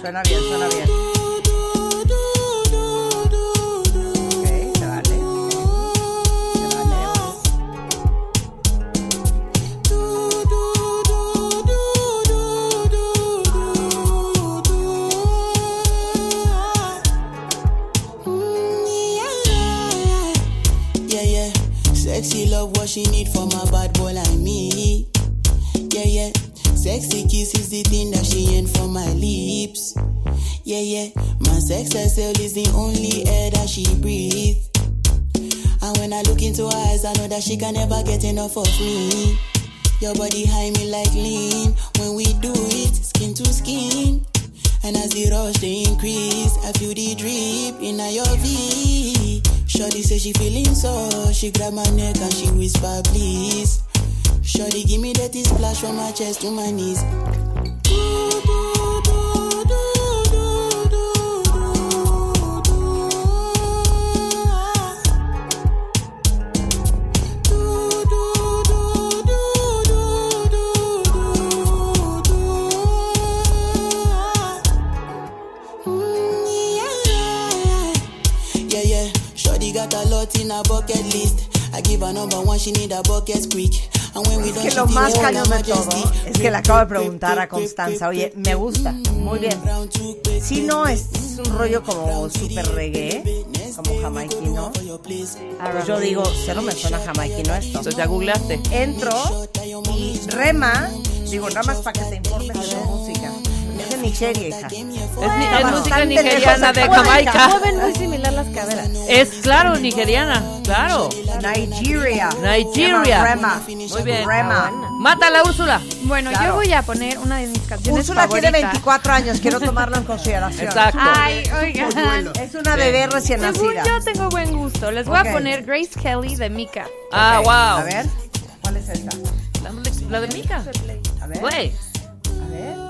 Speaker 4: Suena bien, suena bien. Ok, se vale. Se vale.
Speaker 12: Yeah, yeah. Sexy love, what she need for my bad boy like me. Yeah, yeah. Sexy kiss is the thing that she ain't for my lips. Yeah, yeah. My sex herself is the only air that she breathes. And when I look into her eyes, I know that she can never get enough of me. Your body high me like lean. When we do it, skin to skin. And as the rush they increase, I feel the drip in your V. Shorty say she feeling so, she grab my neck and she whisper please. Shorty give me that splash from my chest to my knees. Yeah, yeah. Shorty got a lot in her bucket list. I give her number one, she need a bucket quick. And when we don't
Speaker 4: que lo
Speaker 12: she
Speaker 4: más
Speaker 12: feel all
Speaker 4: cañón de
Speaker 12: her majesty.
Speaker 4: todo es que le acabo de preguntar a Constanza, oye, me gusta, muy bien. Si no, es, es un rollo como super reggae, como jamaiquino. Entonces yo digo, cero me suena jamaiquino esto. Entonces
Speaker 3: Ah, ya googleaste.
Speaker 4: Entro y rema, digo, nada más para que te informes de la música. Es de Nigeria, hija.
Speaker 3: ni-
Speaker 4: Está
Speaker 3: es música
Speaker 4: bastante
Speaker 3: nigeriana
Speaker 4: lejos
Speaker 3: de
Speaker 4: acá.
Speaker 3: Jamaica.
Speaker 6: Mueven muy similar las caderas.
Speaker 3: Es claro, nigeriana, claro.
Speaker 4: Nigeria.
Speaker 3: Nigeria.
Speaker 4: Rema.
Speaker 3: Muy bien.
Speaker 4: Rema.
Speaker 3: Mátala, Úrsula.
Speaker 9: Bueno,
Speaker 4: Claro.
Speaker 9: yo voy a poner una de mis canciones
Speaker 4: Úrsula tiene
Speaker 9: favoritas.
Speaker 4: 24 años, quiero tomarlo en consideración.
Speaker 9: Exacto. Ay, oigan.
Speaker 4: Es una bebé recién
Speaker 9: Según
Speaker 4: nacida.
Speaker 9: yo tengo buen gusto. Les voy
Speaker 4: Ok.
Speaker 9: a poner Grace Kelly de Mika.
Speaker 3: Ah,
Speaker 4: Ok,
Speaker 3: wow.
Speaker 4: A ver, ¿cuál es esta?
Speaker 3: La de Mika.
Speaker 4: A ver.
Speaker 3: Güey.
Speaker 4: A ver.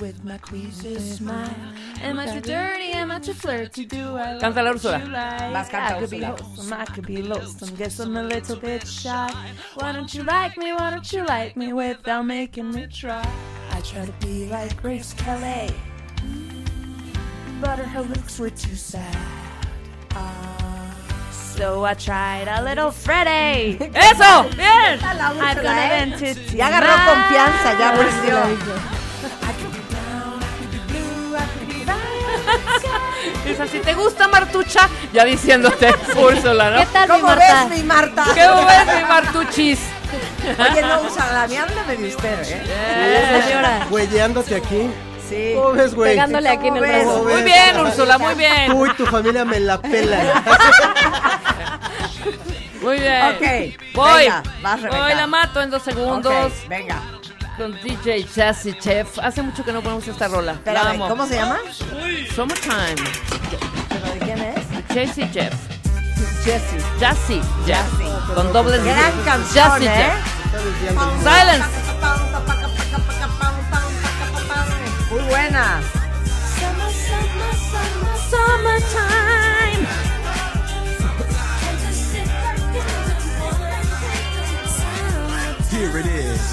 Speaker 7: With my queasy smile, am I too dirty? Am I too flirty? Do I
Speaker 3: Canta la
Speaker 7: love
Speaker 3: Úrsula.
Speaker 7: you like-
Speaker 9: Vas, canta,
Speaker 7: I Ah, could be
Speaker 9: Úrsula.
Speaker 7: wholesome, I could be loathsome. Guess I'm a little bit shy. Why don't you like me? Why don't you like me without making me try? I try to be like Grace Kelly, but her looks were too sad. Ah, so I tried a little Freddy.
Speaker 3: ¡Eso! ¡Bien!
Speaker 7: I've got an entity
Speaker 4: Ya agarró
Speaker 7: mind.
Speaker 4: confianza, ya aprendió.
Speaker 3: Es así, ¿te gusta Martucha? Ya diciéndote, Úrsula, ¿no?
Speaker 6: ¿Qué tal, mi
Speaker 4: ¿Cómo
Speaker 6: Marta?
Speaker 4: ves, mi Marta?
Speaker 3: ¿Qué ves, mi Martuchis?
Speaker 4: Oye, no, Úrsula, me háblame de usted, ¿eh?
Speaker 3: Eh,
Speaker 6: señora.
Speaker 5: Güeyándote aquí.
Speaker 4: Sí.
Speaker 5: ¿Cómo ves, güey?
Speaker 6: Pegándole aquí en el
Speaker 4: ¿Cómo ves?
Speaker 6: rabo.
Speaker 5: ¿Cómo
Speaker 3: Muy
Speaker 5: ves?
Speaker 3: bien, Úrsula, muy bien.
Speaker 5: Tú y tu familia me la pelan.
Speaker 3: Muy bien.
Speaker 4: Ok.
Speaker 3: Voy.
Speaker 4: Venga, vas, Rebeca.
Speaker 3: Voy, la mato en dos segundos
Speaker 4: Ok, venga.
Speaker 3: con DJ Chassis Chef. Hace mucho que no ponemos esta rola. la
Speaker 4: Espérame,
Speaker 3: amo.
Speaker 4: ¿cómo se llama?
Speaker 3: Summertime.
Speaker 6: ¿Pero de quién es?
Speaker 3: Chassis Chef.
Speaker 4: Jessie.
Speaker 3: Jazzy. Jazz. Con dobles
Speaker 4: Gran canción,
Speaker 3: Chassis
Speaker 4: ¿eh?
Speaker 3: Chef. Silence.
Speaker 4: Muy buena.
Speaker 10: Summer, summer, summer, summertime.
Speaker 11: Here it is,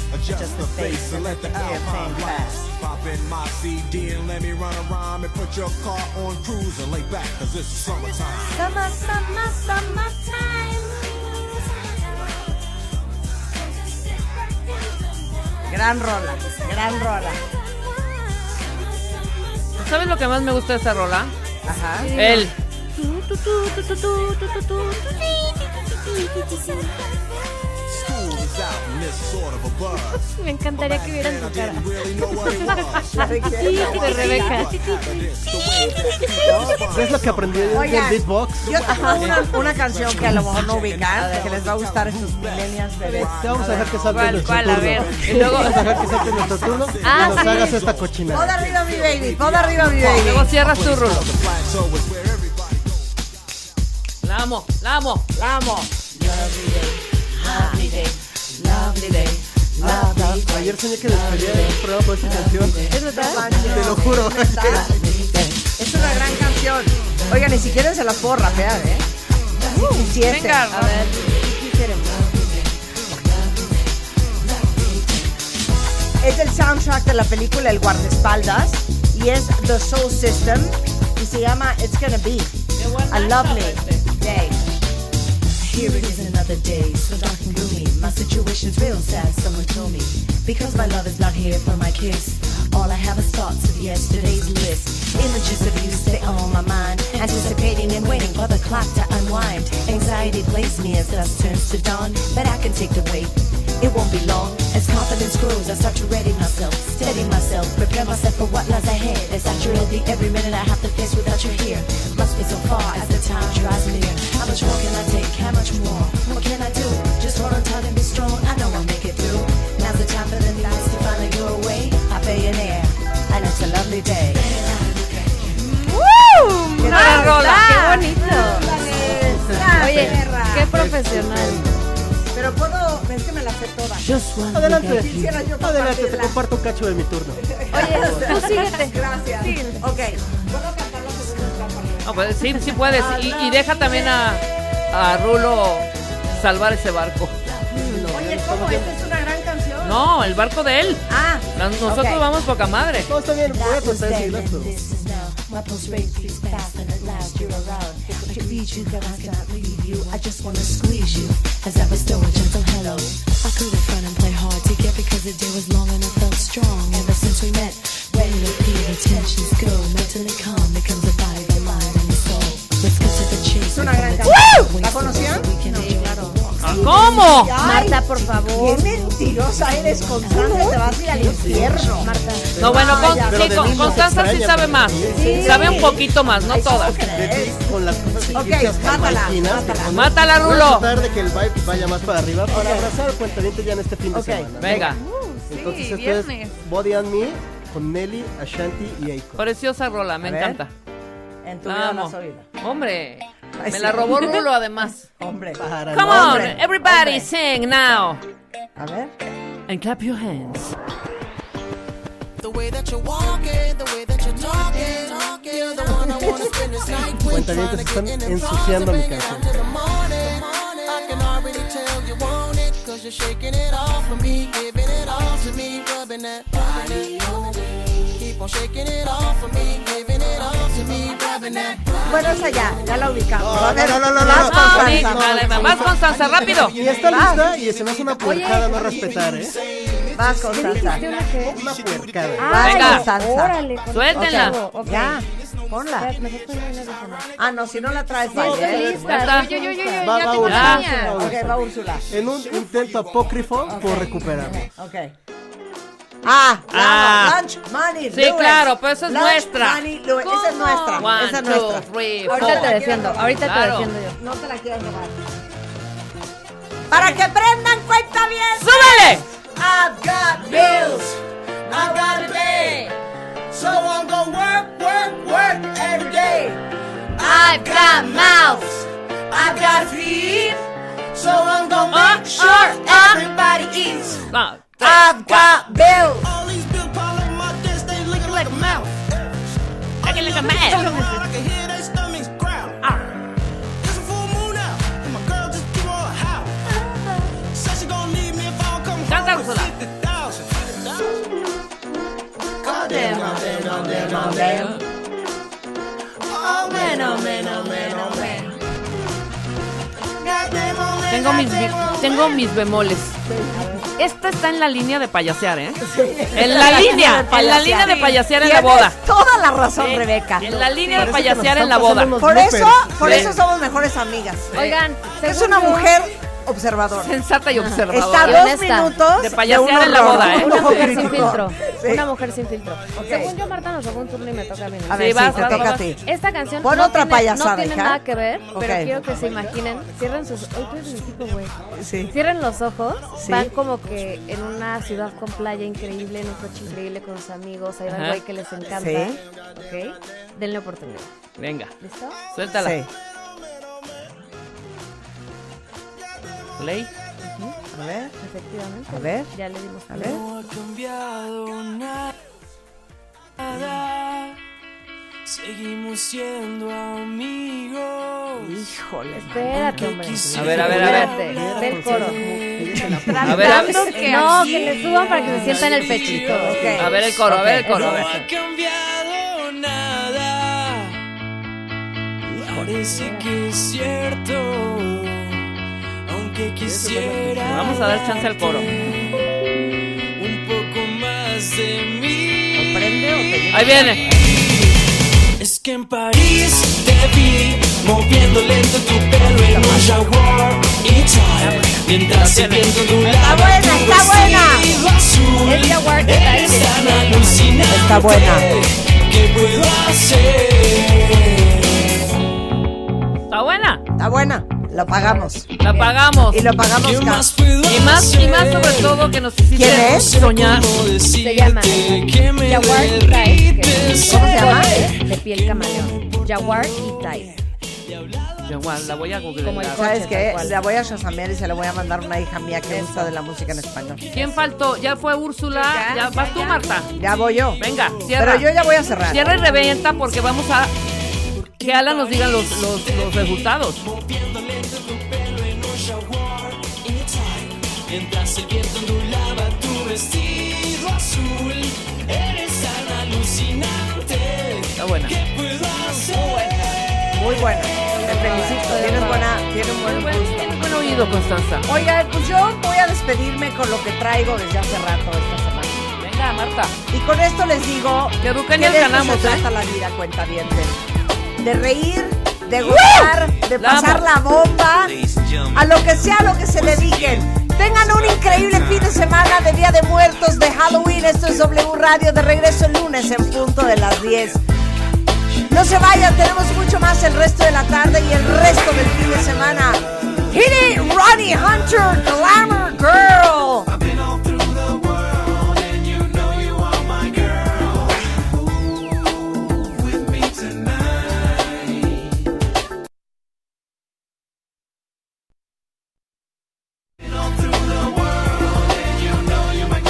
Speaker 11: Adjust the face and let the alpine blast. Pop in my CD and let me run a rhyme and put your car on cruise and lay back, cause it's summertime.
Speaker 10: Summer, summer, summertime.
Speaker 4: Gran rola, gran rola.
Speaker 3: ¿Sabes lo que más me gusta de esta rola?
Speaker 4: Ajá.
Speaker 3: El.
Speaker 11: School is out and this sort of a buzz.
Speaker 6: Me encantaría que vieran tu cara.
Speaker 11: de Rebeca.
Speaker 5: ¿Ves lo que aprendí yo
Speaker 4: Oigan,
Speaker 5: del beatbox?
Speaker 4: Yo tengo una, una canción que a lo mejor no ubican, que les va a gustar a estos millennials bebés.
Speaker 5: Te vamos a dejar que salte
Speaker 4: ¿Cuál,
Speaker 5: nuestro
Speaker 4: cuál?
Speaker 5: turno.
Speaker 4: A ver, y
Speaker 5: Te
Speaker 4: luego-
Speaker 5: vamos a dejar que salte nuestro turno
Speaker 4: Ah,
Speaker 5: y nos
Speaker 4: sí.
Speaker 5: hagas esta cochina.
Speaker 4: Pon arriba mi baby, pon arriba mi baby.
Speaker 3: Luego
Speaker 5: Ah,
Speaker 3: cierras
Speaker 5: pues,
Speaker 3: tú, Rulo. La amo, la amo, la amo.
Speaker 5: Ayer soñé que despedía el programa por esta canción. Te lo juro.
Speaker 4: Es una gran canción. Oigan, y si quieren se las puedo rapear, ¿eh?
Speaker 5: Uh,
Speaker 4: Si quisiesen.
Speaker 7: venga,
Speaker 4: este. a ver, si quisieren. Es el soundtrack de la película El Guardaespaldas y es The Soul System y se llama It's Gonna Be a Lovely Day.
Speaker 13: Here it is another day, so dark and gloomy. My situation's real sad, someone told me. Because my love is not here for my kiss. All I have is thoughts of yesterday's list. Images of you stay on my mind. Anticipating and waiting for the clock to unwind. Anxiety plays me as dusk turns to dawn. But I can take the weight. It won't be long. As confidence grows, I start to ready myself, steady myself, prepare myself for what lies ahead. As I drill the every minute I have to face without you here. Must be so far as the time draws near. How much more can I take? How much more? What can I do? Just hold on tight and be strong. I know I'll make it through. Now's the time for the nights to finally go away. I pay an air, and it's a lovely day.
Speaker 9: ¡Woo!
Speaker 13: ¡Qué
Speaker 9: ¡Una
Speaker 13: tal
Speaker 9: rola!
Speaker 13: está!
Speaker 9: ¡Qué bonito! Oye, qué profesional.
Speaker 4: Pero puedo, es que me la sé toda.
Speaker 5: Adelante.
Speaker 4: Quisiera yo
Speaker 5: Adelante, te
Speaker 4: compartirla.
Speaker 5: comparto un cacho de mi turno.
Speaker 4: Oye,
Speaker 9: tú síguete.
Speaker 4: Gracias. Ok.
Speaker 3: No, pues, sí, sí puedes. Y, y deja también a, a Rulo salvar ese barco.
Speaker 4: Oye, ¿cómo? Esta es una gran canción.
Speaker 3: No, el barco de él.
Speaker 4: Ah.
Speaker 3: Nosotros
Speaker 4: ok.
Speaker 3: vamos poca madre.
Speaker 5: No, está bien, voy a contar ese
Speaker 13: then this is now. My pulse rate beats fast, and at last you're around. I can read you, girl, I cannot leave you. I just wanna squeeze you, as I bestow a gentle hello. I couldn't front and play hard to get because the day was long and I felt strong. Ever since we met, regular the tensions go. Mentally calm becomes the body, the mind, and the soul. Let's get to the chase.
Speaker 4: una gran
Speaker 13: before the
Speaker 4: canción.
Speaker 13: time wastes so
Speaker 4: ¿La conocían?
Speaker 13: we can enjoy the walks.
Speaker 3: Ah, ¿Cómo?
Speaker 4: Ay,
Speaker 6: Marta, por favor.
Speaker 4: Qué mentirosa eres, Constanza. Te vas a ir al infierno. Marta.
Speaker 3: No, bueno, con-
Speaker 4: Ay,
Speaker 3: sí, con- Constanza sí sabe más.
Speaker 4: Sí.
Speaker 3: Sabe un poquito más, no todas.
Speaker 5: Con las cosas
Speaker 4: Ok,
Speaker 5: chiquitas
Speaker 4: mátala,
Speaker 5: jamaiquinas que
Speaker 4: mátala.
Speaker 5: ponen- Voy
Speaker 3: Mátala,
Speaker 5: a
Speaker 3: Rulo.
Speaker 5: tratar de que el vibe vaya más para arriba para abrazar al cuentaviente ya en este fin de semana.
Speaker 3: Venga.
Speaker 5: Entonces
Speaker 3: sí,
Speaker 5: esto
Speaker 3: viernes.
Speaker 5: es Body and Me con Nelly, Ashanti y Aiko.
Speaker 3: Preciosa rola, me
Speaker 5: A ver.
Speaker 3: encanta.
Speaker 4: En
Speaker 5: tu vida
Speaker 3: Amo.
Speaker 5: vas a oírla.
Speaker 3: Hombre,
Speaker 4: Ay,
Speaker 3: Eh, me
Speaker 4: sí.
Speaker 3: la robó Rulo además.
Speaker 4: Hombre.
Speaker 3: Come on,
Speaker 4: Hombre.
Speaker 3: everybody sing now.
Speaker 4: A ver.
Speaker 3: And clap your hands.
Speaker 7: The way that you're walking, the way that you're talking, talking, you're the one I wanna spend this night with.
Speaker 5: Cuentavientes están ensuciando mi canción.
Speaker 7: Down to the morning, I can already tell you want it, cause you're shaking it off for me, giving it all to me, rubbing that body on me. Keep on shaking it off for me, giving it all to me, rubbing that
Speaker 4: Bueno, esa ya, ya la ubicamos.
Speaker 5: No,
Speaker 4: A ver,
Speaker 5: no, no, no, no,
Speaker 4: vas,
Speaker 5: no,
Speaker 4: Constanza.
Speaker 5: sí,
Speaker 3: Dale, más Constanza, rápido.
Speaker 5: Y está
Speaker 4: Vas.
Speaker 5: lista y se me hace una puercada no respetar, ¿eh?
Speaker 4: Vas, Constanza.
Speaker 5: Una puercada.
Speaker 4: Vas,
Speaker 3: Venga.
Speaker 4: Constanza.
Speaker 6: Órale, Constanza.
Speaker 3: Suéltenla.
Speaker 4: Ok, Ya, ponla. Ah, no, si no la traes,
Speaker 6: Ya estoy
Speaker 4: ¿eh?
Speaker 6: lista. Ya está. Yo, yo, yo, yo, yo, ya tengo
Speaker 5: Úrsula,
Speaker 6: la
Speaker 5: Úrsula,
Speaker 6: mía.
Speaker 5: Úrsula.
Speaker 4: Ok, va Úrsula.
Speaker 5: En un intento apócrifo por recuperarme.
Speaker 4: Ok. Ah,
Speaker 3: Ah.
Speaker 4: ah. Lunch Money
Speaker 3: Sí,
Speaker 4: Lewis.
Speaker 3: claro, pero esa es
Speaker 4: Lunch
Speaker 3: nuestra.
Speaker 4: Money Lewis. Esa es nuestra.
Speaker 3: One,
Speaker 4: esa es
Speaker 3: two,
Speaker 4: nuestra.
Speaker 3: three,
Speaker 4: Ahorita
Speaker 3: four.
Speaker 4: te defiendo,
Speaker 6: ahorita te
Speaker 3: Claro.
Speaker 6: defiendo yo.
Speaker 4: No te la quieras negar. Para que prendan cuenta bien.
Speaker 3: ¡Súbele!
Speaker 4: I've got bills.
Speaker 7: I gotta pay. So I'm gonna work, work, work every day. I've got mouths, I've got feet. So I'm gonna make sure everybody eats.
Speaker 3: No,
Speaker 7: I've got bills. All these bills piling up my desk, they looking like a mouse. Looking like a Ah. mouse. I can hear their stomachs growl. It's a full moon out, and my girl just threw on a howl. Said she gonna leave me if I don't come
Speaker 3: Canta,
Speaker 7: home with
Speaker 3: Úrsula.
Speaker 7: 50,000.
Speaker 4: Goddamn, goddamn, goddamn, goddamn.
Speaker 7: Oh man, oh man, oh man, oh man. Goddamn, oh man,
Speaker 3: Tengo mis,
Speaker 7: goddamn, oh man.
Speaker 3: tengo mis bemoles. Esta está en la línea de payasear, ¿eh? En la línea, en la línea de payasear en la
Speaker 4: Tienes
Speaker 3: boda.
Speaker 4: Toda la razón,
Speaker 3: Sí,
Speaker 4: Rebeca.
Speaker 3: en la línea de
Speaker 5: Parece que nos
Speaker 3: payasear
Speaker 5: están
Speaker 3: en la
Speaker 5: pasando
Speaker 3: boda.
Speaker 5: unos
Speaker 4: Por eso,
Speaker 5: bloopers.
Speaker 4: por
Speaker 3: Sí.
Speaker 4: eso somos mejores amigas.
Speaker 6: Oigan,
Speaker 4: Es
Speaker 6: según
Speaker 4: una
Speaker 6: yo-
Speaker 4: mujer observador.
Speaker 3: Sensata y observadora.
Speaker 4: Está a dos minutos
Speaker 3: De
Speaker 4: un
Speaker 3: payasear en la
Speaker 4: horror,
Speaker 3: boda, ¿eh?
Speaker 4: un
Speaker 6: Una
Speaker 4: ojo
Speaker 6: mujer sin
Speaker 4: crítico.
Speaker 6: filtro.
Speaker 4: Sí.
Speaker 6: Una mujer sin filtro. Según yo, Marta nos robó un turno y me toca a mí. ¿no?
Speaker 4: A ver, Sí, sí, vas, te vas, toca vas. a ti.
Speaker 6: Esta canción
Speaker 4: Pon
Speaker 6: no
Speaker 4: otra
Speaker 6: tiene,
Speaker 4: payasada,
Speaker 6: no tiene
Speaker 4: hija.
Speaker 6: nada que ver, pero
Speaker 4: Ok.
Speaker 6: quiero que se imaginen. Cierren sus... Ay, tú eres mi tipo, güey.
Speaker 4: Sí.
Speaker 6: Cierren los ojos.
Speaker 4: Sí.
Speaker 6: Van como que en una ciudad con playa increíble, en un coche increíble con sus amigos. Ahí va el
Speaker 3: Ajá.
Speaker 6: güey que les encanta.
Speaker 3: Sí.
Speaker 6: Ok. Denle oportunidad.
Speaker 3: Venga.
Speaker 6: ¿Listo?
Speaker 3: Suéltala.
Speaker 6: Sí.
Speaker 3: Play.
Speaker 4: A ver.
Speaker 6: Efectivamente.
Speaker 4: A ver.
Speaker 6: Ya le dimos.
Speaker 4: A ver.
Speaker 7: No ha cambiado nada. Seguimos siendo amigos.
Speaker 4: Híjole.
Speaker 6: Espérate, hombre.
Speaker 3: A ver, a ver, a ver.
Speaker 6: Espérate. Ve el coro.
Speaker 3: A ver, a ver.
Speaker 6: Tratando que- No, que le suban para que se sientan el pechito.
Speaker 3: A ver el coro, a ver el coro, a ver.
Speaker 7: No ha cambiado nada. Parece que es cierto. Aunque quisiera.
Speaker 3: Vamos a dar chance al coro.
Speaker 7: Un poco más de mí.
Speaker 3: Ahí viene.
Speaker 7: Es que en París te vi moviendo lento tu pelo en un jaguar y charm mientras el viento ondulaba
Speaker 4: buena,
Speaker 7: tu
Speaker 4: está buena.
Speaker 7: vestido azul. Eres tan alucinante.
Speaker 4: Está buena.
Speaker 7: ¿Qué puedo hacer?
Speaker 3: Está buena.
Speaker 4: Está buena. Lo pagamos.
Speaker 3: La pagamos.
Speaker 4: Y lo pagamos
Speaker 3: ¿Qué
Speaker 4: ca-
Speaker 3: más Y más, y más sobre todo que nos
Speaker 4: ¿Quién
Speaker 3: hiciste
Speaker 4: es?
Speaker 3: soñar.
Speaker 7: Se llama.
Speaker 6: eh, Jaguar y Type. ¿Cómo se llama? De piel camaleón. Jaguar y Type.
Speaker 3: Igual, la voy a googlear.
Speaker 6: Como el
Speaker 4: ¿Sabes
Speaker 6: coche,
Speaker 4: qué?
Speaker 6: tal cual.
Speaker 4: La voy a chasamear y se la voy a mandar a una hija mía que gusta de la música en español.
Speaker 3: ¿Quién faltó? Ya fue Úrsula. Ya, vas tú, Marta.
Speaker 4: Ya voy yo.
Speaker 3: Venga, cierra.
Speaker 4: Pero yo ya voy a cerrar.
Speaker 3: Cierra y revienta porque vamos a que Alan nos diga los, los, los resultados.
Speaker 7: Mientras el viento ondulaba tu vestido azul, eres tan alucinante.
Speaker 3: Está buena.
Speaker 7: ¿Qué puedo hacer?
Speaker 4: Muy buena. Te felicito. Tienes buena, tienes un buen gusto.
Speaker 3: Buen oído, Constanza.
Speaker 4: Oiga, pues yo voy a despedirme con lo que traigo desde hace rato esta semana.
Speaker 3: Venga, Marta.
Speaker 4: Y con esto les digo
Speaker 3: Que
Speaker 4: de
Speaker 3: Educanias
Speaker 4: esto
Speaker 3: ganamos,
Speaker 4: se
Speaker 3: ¿eh?
Speaker 4: trata la vida, cuenta De reír, de gozar, de
Speaker 3: La amo.
Speaker 4: pasar la bomba, a lo que sea lo que se dediquen. Tengan un increíble fin de semana de Día de Muertos, de Halloween. Esto es W Radio, de regreso el lunes en punto de las 10. No se vayan, tenemos mucho más el resto de la tarde y el resto del fin de semana. Hit it, Ronnie Hunter, Glamour Girl.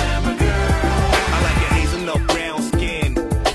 Speaker 11: I like a hazelnut brown skin.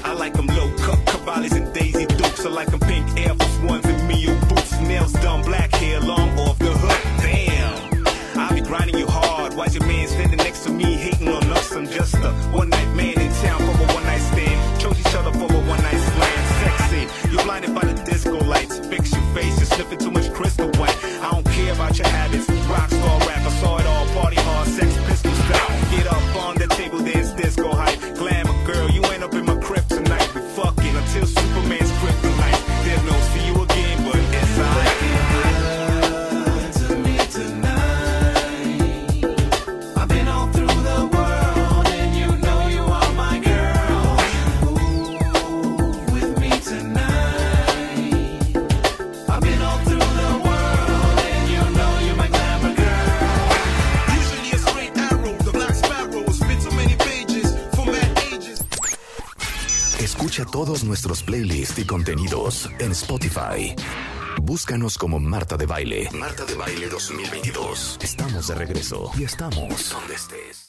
Speaker 11: I like them low cut caballes and daisy dukes. I like them pink Air Force Ones and Mio boots. Nails done, black hair long off the hook. Damn. I be grinding you hard. Why's your man standing next to me hating on us? I'm just a one night man in town for a one night stand. Chose each other for a one night slam. Sexy. You're blinded by the disco lights. Fix your face. You're sniffing too much crystal white. I don't care about your habits. Rockstar rapper. Saw it all. Party hard. Sex pistol style. Get up on the table. There's disco hype. Glamour girl. You ain't up in my crib tonight. We fucking until Superman's kryptonite. There's no see you again, but it's alright.
Speaker 1: Escucha todos nuestros playlists y contenidos en Spotify. Búscanos como Marta de Baile. Marta de Baile 2022. Estamos de regreso y estamos donde estés.